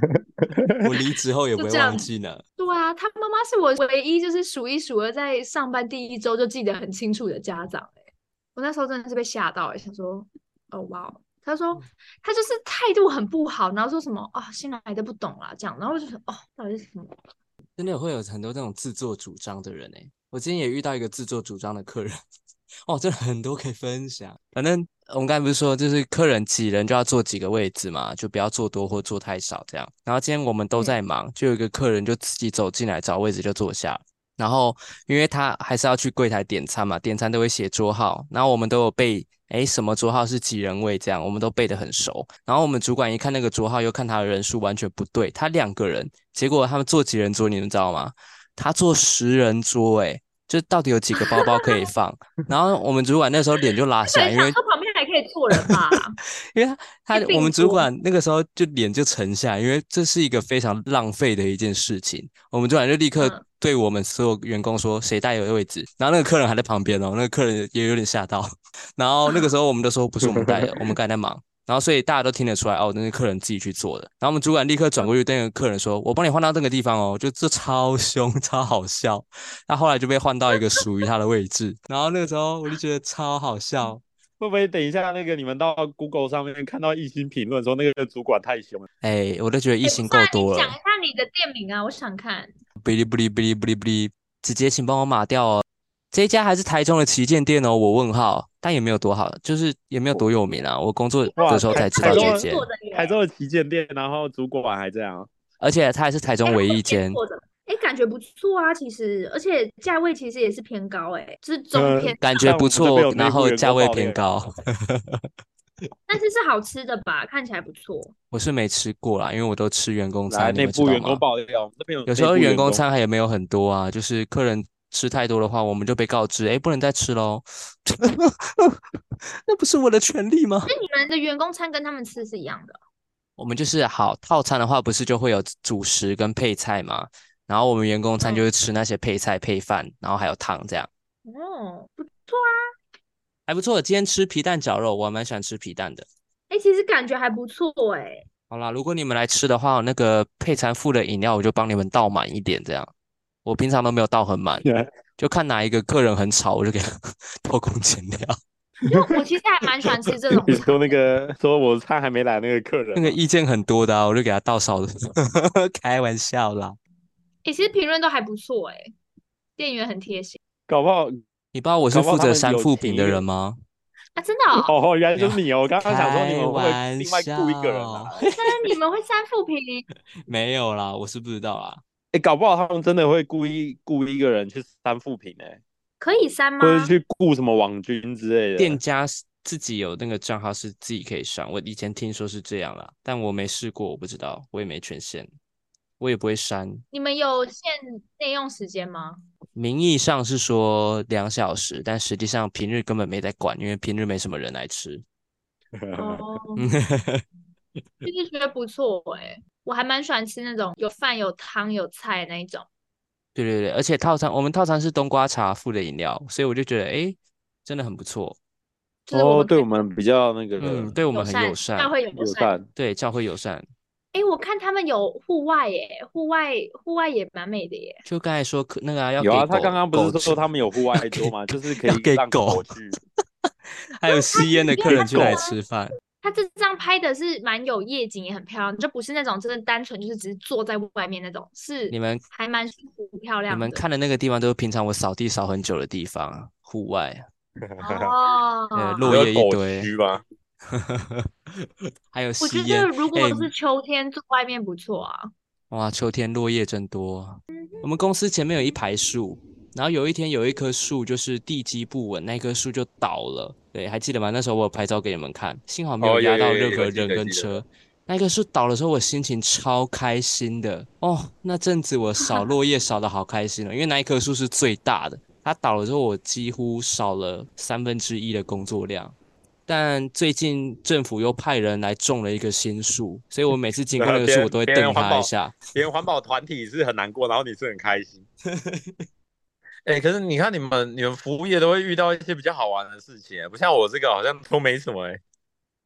Speaker 2: 我离职后也
Speaker 1: 就
Speaker 2: 不会
Speaker 1: 这
Speaker 2: 忘
Speaker 1: 样
Speaker 2: 记呢。
Speaker 1: 对啊，他妈妈是我唯一就是数一数二在上班第一周就记得很清楚的家长、欸、我那时候真的是被吓到、欸，想说，哦哇哦。他
Speaker 2: 嗯
Speaker 1: 说他就是态度很不好，然后说什么啊、新来的不懂啦这样，然后我就说哦到底是什么？
Speaker 2: 真的会有很多那种自作主张的人哎、我今天也遇到一个自作主张的客人， 哦，真的很多可以分享。反正我们刚才不是说，就是客人几人就要坐几个位置嘛，就不要坐多或坐太少这样。然后今天我们都在忙，就有一个客人就自己走进来找位置就坐下，然后因为他还是要去柜台点餐嘛，点餐都会写桌号，然后我们都有背，诶，什么桌号是几人位这样，我们都背得很熟。然后我们主管一看那个桌号，又看他的人数完全不对，他两个人，结果他们坐几人桌，你们知道吗？他坐十人桌、诶，就到底有几个包包可以放？ 然后我们主管那时候脸就拉
Speaker 1: 这
Speaker 2: 下来，
Speaker 1: 很
Speaker 2: 因
Speaker 1: 想
Speaker 2: 为
Speaker 1: 说旁边还可以坐人 吧？
Speaker 2: 因为他
Speaker 1: 被
Speaker 2: 他我
Speaker 1: 定
Speaker 2: 们主
Speaker 1: 住
Speaker 2: 管那个时候就脸就沉下来，因为这是一个非常浪费的一件事情。我们主管就立刻
Speaker 1: 嗯
Speaker 2: 对我们所有员工说谁带有位置，然后那个客人还在旁边哦，那个客人也有点吓到。然后那个时候我们都说不是我们带的，我们刚才在忙。然后所以大家都听得出来哦，那是客人自己去做的。然后我们主管立刻转过去对那个客人说：“我帮你换到这个地方哦。”就这超凶，超好笑。他后来就被换到一个属于他的位置。然后那个时候我就觉得超 好笑。
Speaker 3: 会不会等一下那个你们到 Google 上面看到一星评论说那个主管太凶了？
Speaker 2: 哎，我都觉得一
Speaker 1: 欸
Speaker 2: 星
Speaker 1: 不
Speaker 2: 够
Speaker 1: 是啊你
Speaker 2: 多了
Speaker 1: 讲一。下你的店名啊，我想看。
Speaker 2: 哔哩哔哩哔哩哔哩哔哩，直接请帮我码掉哦。这一家还是台中的旗舰店哦，我问号，但也没有多好，就是也没有多有名啊。我工作
Speaker 3: 哇
Speaker 2: 的时候才
Speaker 3: 台
Speaker 2: 知
Speaker 3: 台
Speaker 2: 道
Speaker 1: 我觉得
Speaker 2: 这一
Speaker 3: 中的
Speaker 2: 间，
Speaker 1: 做的耶
Speaker 3: 台中的旗舰店，然后主管还这样，
Speaker 2: 而且它还是台中唯一一
Speaker 1: 偏
Speaker 2: 间。
Speaker 1: 错的，哎、感觉不错啊，其实，而且价位其实也是偏高、欸，哎，就是中
Speaker 3: 呃
Speaker 1: 偏
Speaker 2: 感觉
Speaker 3: 但我
Speaker 2: 不
Speaker 3: 们这边
Speaker 2: 错
Speaker 3: 有，内
Speaker 2: 然
Speaker 3: 部
Speaker 2: 后
Speaker 3: 员
Speaker 2: 价
Speaker 3: 工
Speaker 2: 位
Speaker 3: 爆
Speaker 2: 偏
Speaker 3: 料
Speaker 2: 高。
Speaker 1: 但是是好吃的吧？看起来不错。
Speaker 2: 我是没吃过啦，因为我都吃员工
Speaker 3: 来
Speaker 2: 餐，你
Speaker 3: 内
Speaker 2: 们知
Speaker 3: 部
Speaker 2: 道
Speaker 3: 员工
Speaker 2: 吗
Speaker 3: 爆料，那边有
Speaker 2: 有时
Speaker 3: 内
Speaker 2: 候
Speaker 3: 部
Speaker 2: 员
Speaker 3: 员
Speaker 2: 工
Speaker 3: 工，
Speaker 2: 餐还也没有很多啊，就是客人吃太多的话，我们就被告知，哎，不能再吃喽。 那不是我的权利吗？
Speaker 1: 那你们的员工餐跟他们吃是一样的，
Speaker 2: 我们就是好套餐的话，不是就会有主食跟配菜吗？然后我们员工餐
Speaker 1: 嗯
Speaker 2: 就是吃那些配菜配饭，然后还有汤这样，
Speaker 1: 哦，不错啊。
Speaker 2: 还不错。今天吃皮蛋绞肉，我还蛮喜欢吃皮蛋的。
Speaker 1: 哎、其实感觉还不错哎、
Speaker 2: 好啦，如果你们来吃的话，那个配餐附的饮料我就帮你们倒满一点，这样。我平常都没有倒很满就看哪一个客人很吵，我就给他 偷工减料。
Speaker 1: 因为我其实还蛮喜欢吃这种
Speaker 3: 你
Speaker 1: 餐
Speaker 3: 说那
Speaker 1: 的
Speaker 3: 个说我菜还没来那个客人
Speaker 2: 那个
Speaker 3: 吗，
Speaker 2: 意见很多的啊，我就给他倒少的， 开玩笑啦。
Speaker 1: 欸，其实评论都还不错哎、店员很贴心
Speaker 3: 搞不好
Speaker 2: 你不知道我是
Speaker 3: 搞不
Speaker 2: 负
Speaker 3: 好他
Speaker 2: 责
Speaker 3: 们
Speaker 2: 删
Speaker 3: 有
Speaker 2: 副饼的
Speaker 3: 提
Speaker 2: 人吗？
Speaker 1: 啊，真的哦、
Speaker 3: 哦，原来就是你哦！我刚刚想说你们会不
Speaker 2: 开
Speaker 3: 会另外雇一个人啊？
Speaker 2: 玩
Speaker 3: 哎、
Speaker 1: 那你们会删负评？
Speaker 2: 没有啦，我是不知道啦。
Speaker 3: 哎搞不好他们真的会故意雇一个人去删副评哎、
Speaker 1: 可以删吗？
Speaker 3: 或者去雇什么网军之类的。
Speaker 2: 店家是自己有那个账号是自己可以删，我以前听说是这样啦，但我没试过，我不知道，我也没权限，我也不会删。
Speaker 1: 你们有限内用时间吗？
Speaker 2: 名义上是说两小时，但实际上平日根本没在管，因为平日没什么人来吃。
Speaker 3: 嗯
Speaker 1: 哦，就是觉得不错哎、我还蛮喜欢吃那种有饭有汤有菜那一种。
Speaker 2: 对对对，而且套餐我们套餐是冬瓜茶附的饮料，所以我就觉得诶，真的很不错。
Speaker 1: 就是我
Speaker 3: 哦，
Speaker 1: 们
Speaker 3: 对
Speaker 1: 可以
Speaker 3: 我们比较那个
Speaker 2: 嗯，对我们很友善，
Speaker 1: 教会友
Speaker 3: 友
Speaker 1: 善。
Speaker 3: 善，
Speaker 2: 对教会友善。
Speaker 1: 哎、我看他们有户外耶、户外户外也蛮美的耶。
Speaker 2: 就刚才说可那个、啊、要
Speaker 3: 有
Speaker 2: 给
Speaker 3: 啊，他
Speaker 2: 狗
Speaker 3: 刚刚
Speaker 2: 狗
Speaker 3: 不是
Speaker 2: 吃
Speaker 3: 说他们有户外 桌吗？就是可
Speaker 2: 要
Speaker 3: 以
Speaker 2: 给
Speaker 3: 让
Speaker 2: 狗
Speaker 3: 去。
Speaker 2: 还有吸烟的
Speaker 1: 因为
Speaker 2: 客
Speaker 1: 他
Speaker 2: 人去来
Speaker 1: 狗
Speaker 2: 吃饭，
Speaker 1: 他这张拍的是蛮有夜景，也很漂亮，就不是那种真的单纯就是只是坐在外面那种，是
Speaker 2: 你们
Speaker 1: 还蛮舒服漂
Speaker 2: 你
Speaker 1: 亮
Speaker 2: 们
Speaker 1: 的。
Speaker 2: 看的 那个地方都是平常我扫地扫很久的地方啊，户外
Speaker 1: 哦，
Speaker 2: 呃
Speaker 3: 你
Speaker 2: 落叶一
Speaker 3: 说狗
Speaker 2: 堆
Speaker 3: 区吗？
Speaker 2: 还有
Speaker 1: 我觉
Speaker 2: 吸烟
Speaker 1: 得，如果
Speaker 2: 哎
Speaker 1: 是秋天坐外面不错啊。
Speaker 2: 哇，秋天落叶真多。
Speaker 3: 嗯
Speaker 2: 我们公司前面有一排树，然后有一天有一棵树就是地基不稳，那棵树就倒了。对，还记得吗？那时候我有拍照给你们看，幸好没
Speaker 3: 哦有
Speaker 2: 压到
Speaker 3: 有有
Speaker 2: 任
Speaker 3: 有
Speaker 2: 何
Speaker 3: 记得
Speaker 2: 人跟
Speaker 3: 记得
Speaker 2: 车。那棵树倒的时候，我心情超开心的哦。那阵子我扫落叶扫的好开心哦，因为那一棵树是最大的，它倒了之后，我几乎少了三分之一的工作量。但最近政府又派人来种了一个新树，所以我每次经过那个树，我都会
Speaker 3: 别人别
Speaker 2: 瞪
Speaker 3: 人环
Speaker 2: 它
Speaker 3: 保
Speaker 2: 一下。
Speaker 3: 别人环保团体是很难过，然后你是很开心。 哎、可是你看你们你们服务业都会遇到一些比较好玩的事情，不像我这个好像都没什么哎、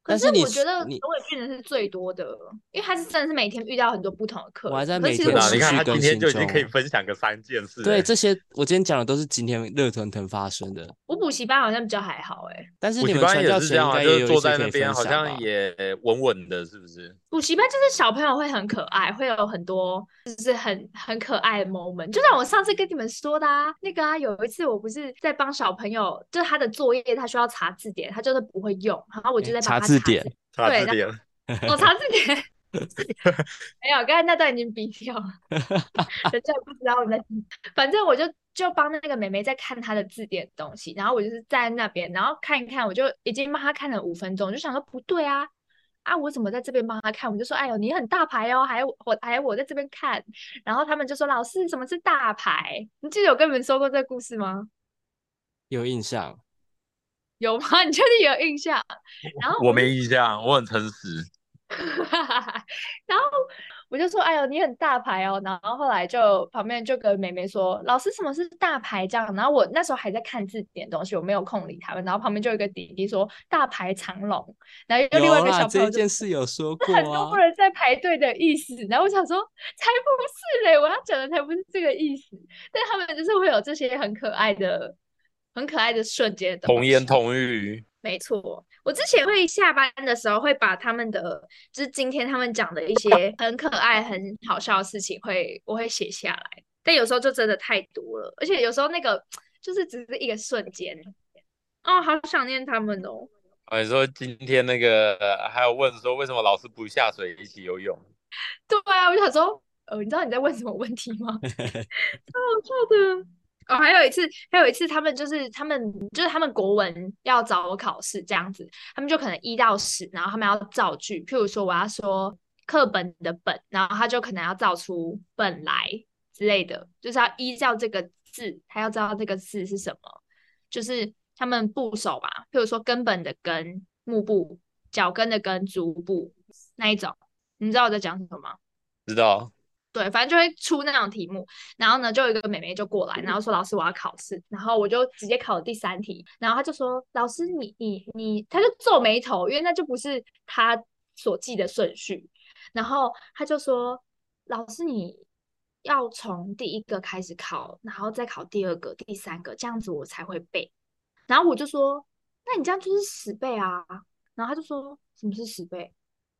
Speaker 1: 可
Speaker 2: 但
Speaker 1: 是
Speaker 2: 是你
Speaker 1: 我觉
Speaker 2: 是
Speaker 1: 得
Speaker 2: 你
Speaker 1: 首尾变成是最多的，因为他是真的是每天遇到很多不同的客人。
Speaker 2: 我还在
Speaker 1: 可是
Speaker 2: 每
Speaker 1: 其实
Speaker 2: 天
Speaker 1: 我
Speaker 2: 持
Speaker 3: 那啊你看
Speaker 2: 续
Speaker 3: 他
Speaker 2: 更
Speaker 3: 今天
Speaker 2: 新
Speaker 3: 就已经
Speaker 2: 中
Speaker 3: 可以
Speaker 2: 哦
Speaker 3: 分享个三件事、
Speaker 2: 对，
Speaker 3: 哎
Speaker 2: 这些我今天讲的都是今天热腾腾发生的，
Speaker 1: 我补习班好像比较还好哎、
Speaker 2: 但是
Speaker 3: 补
Speaker 2: 你
Speaker 3: 习
Speaker 2: 们
Speaker 3: 班
Speaker 2: 传
Speaker 3: 也
Speaker 2: 教
Speaker 3: 是
Speaker 2: 学
Speaker 3: 这
Speaker 2: 应
Speaker 3: 样
Speaker 2: 该
Speaker 3: 啊，
Speaker 2: 也
Speaker 3: 就
Speaker 2: 有
Speaker 3: 是
Speaker 2: 一
Speaker 3: 坐
Speaker 2: 些
Speaker 3: 在
Speaker 2: 可
Speaker 3: 那
Speaker 2: 以
Speaker 3: 边
Speaker 2: 分
Speaker 3: 好
Speaker 2: 享吧
Speaker 3: 像。也稳稳的，是不是？
Speaker 1: 补习班就是小朋友会很可爱，会有很多就是很很可爱的 moment，就像我上次跟你们说的啊，那个啊，有一次我不是在帮小朋友，就是他的作业他需要查字典，他就是不会用，然后我就在帮
Speaker 2: 嗯查
Speaker 1: 他
Speaker 2: 字典，
Speaker 3: 查
Speaker 1: 对
Speaker 3: 字典，
Speaker 1: 我查字典， 没有，刚才那段已经逼掉了，人家也不知道我在听，反正我就就帮那个妹妹在看她的字典的东西，然后我就是在那边，然后看一看，我就已经帮她看了五分钟，我就想说不对啊。啊，我怎么在这边帮她看？我就说，哎呦，你很大牌哦，还有我还有我在这边看，然后他们就说，老师，什么是大牌？你记得有跟你们说过这个故事吗？
Speaker 2: 有印象，
Speaker 1: 有吗？ 你确定有印象？然后
Speaker 3: 我没印象，我很诚实。
Speaker 1: 然后我就说：“哎呦，你很大牌哦。”然后后来就旁边就跟妹妹说：“老师，什么是大牌？”这样。然后我那时候还在看字典的东西，我没有空理他们。然后旁边就有一个弟弟说：“大牌长龙。”然后又另外一
Speaker 2: 有
Speaker 1: 个
Speaker 2: 啦，
Speaker 1: 小朋
Speaker 2: 这
Speaker 1: 友
Speaker 2: 一
Speaker 1: 就
Speaker 2: 件事有说过
Speaker 1: 很
Speaker 2: 啊
Speaker 1: 多。人在排队的意思。然后我想说：“才不是嘞，我要讲的才不是这个意思。”但他们就是会有这些很可爱的、很可爱的瞬间的东
Speaker 3: 童言
Speaker 1: 西
Speaker 3: 童语，
Speaker 1: 没错，我之前会下班的时候会把他们的，就是今天他们讲的一些很可爱、很好笑的事情会，我会写下来。但有时候就真的太多了，而且有时候那个就是只是一个瞬间，哦，好想念他们哦。
Speaker 3: 啊，你说今天那个呃还有问说为什么老师不下水一起游泳？
Speaker 1: 对啊，我就想说，呃，你知道你在问什么问题吗？超好笑的。哦，还有一次，还有一次，他们就是他们就是他们国文要找我考试这样子，他们就可能一到十，然后他们要造句，譬如说我要说课本的本，然后他就可能要造出本来之类的，就是要依照这个字，他要知道这个字是什么，就是他们部首嘛，譬如说根本的根，木部，脚跟的跟，足部那一种，你知道我在讲什么吗？
Speaker 2: 知道，
Speaker 1: 对，反正就会出那种题目。然后呢，就有一个妹妹就过来，然后说老师我要考试，然后我就直接考了第三题，然后她就说老师你你你，她就皱眉头，因为那就不是她所记的顺序，然后她就说老师你要从第一个开始考，然后再考第二个、第三个，这样子我才会背。然后我就说那你这样就是死背啊，然后她就说什么是死背？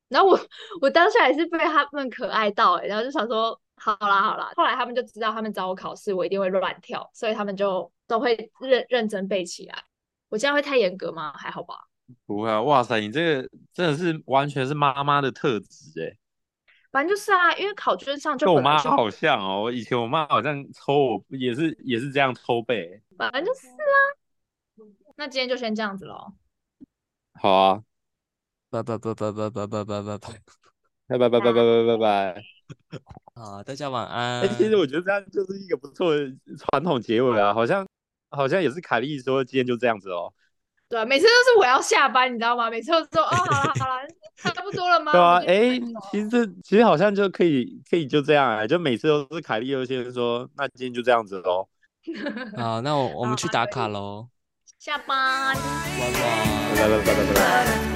Speaker 1: 然后我我当下也是被他们可爱到、欸，然后就想说，好啦好啦。后来他们就知道，他们找我考试，我一定会乱跳，所以他们就都会认认真背起来。我这样会太严格吗？还好吧。
Speaker 3: 不会啊，哇塞，你这个真的是完全是妈妈的特质哎，
Speaker 1: 反正就是啊，因为考卷上就
Speaker 3: 跟我
Speaker 1: 本来
Speaker 3: 妈
Speaker 1: 就，
Speaker 3: 好像哦，我以前我妈好像抽我也是也是这样抽背。
Speaker 1: 反正就是啊。那今天就先这样子喽，
Speaker 3: 好啊，
Speaker 2: 拜拜拜拜拜拜拜拜拜拜，
Speaker 3: 拜拜拜拜拜拜拜拜。
Speaker 2: 好，大家晚
Speaker 3: 哎、其实
Speaker 2: 安
Speaker 3: 我觉得这样就是一个不错的传统结尾啊，好像好像也是凯莉说今天就这样子哦。
Speaker 1: 对啊，每次都是我要下班，你知道吗？每次都说哦，好了好 了，差不多了吗？
Speaker 3: 对啊，
Speaker 1: 我们就
Speaker 3: 哎、其实这其实好像就可以可以就这样啊、就每次都是凯莉优先说，那今天就这样子哦喽，
Speaker 2: 好，那我我们去
Speaker 1: 好
Speaker 2: 打
Speaker 1: 可以
Speaker 2: 卡喽，
Speaker 1: 下班。
Speaker 2: 拜拜。
Speaker 3: 拜拜拜拜拜拜。
Speaker 6: Butterfly.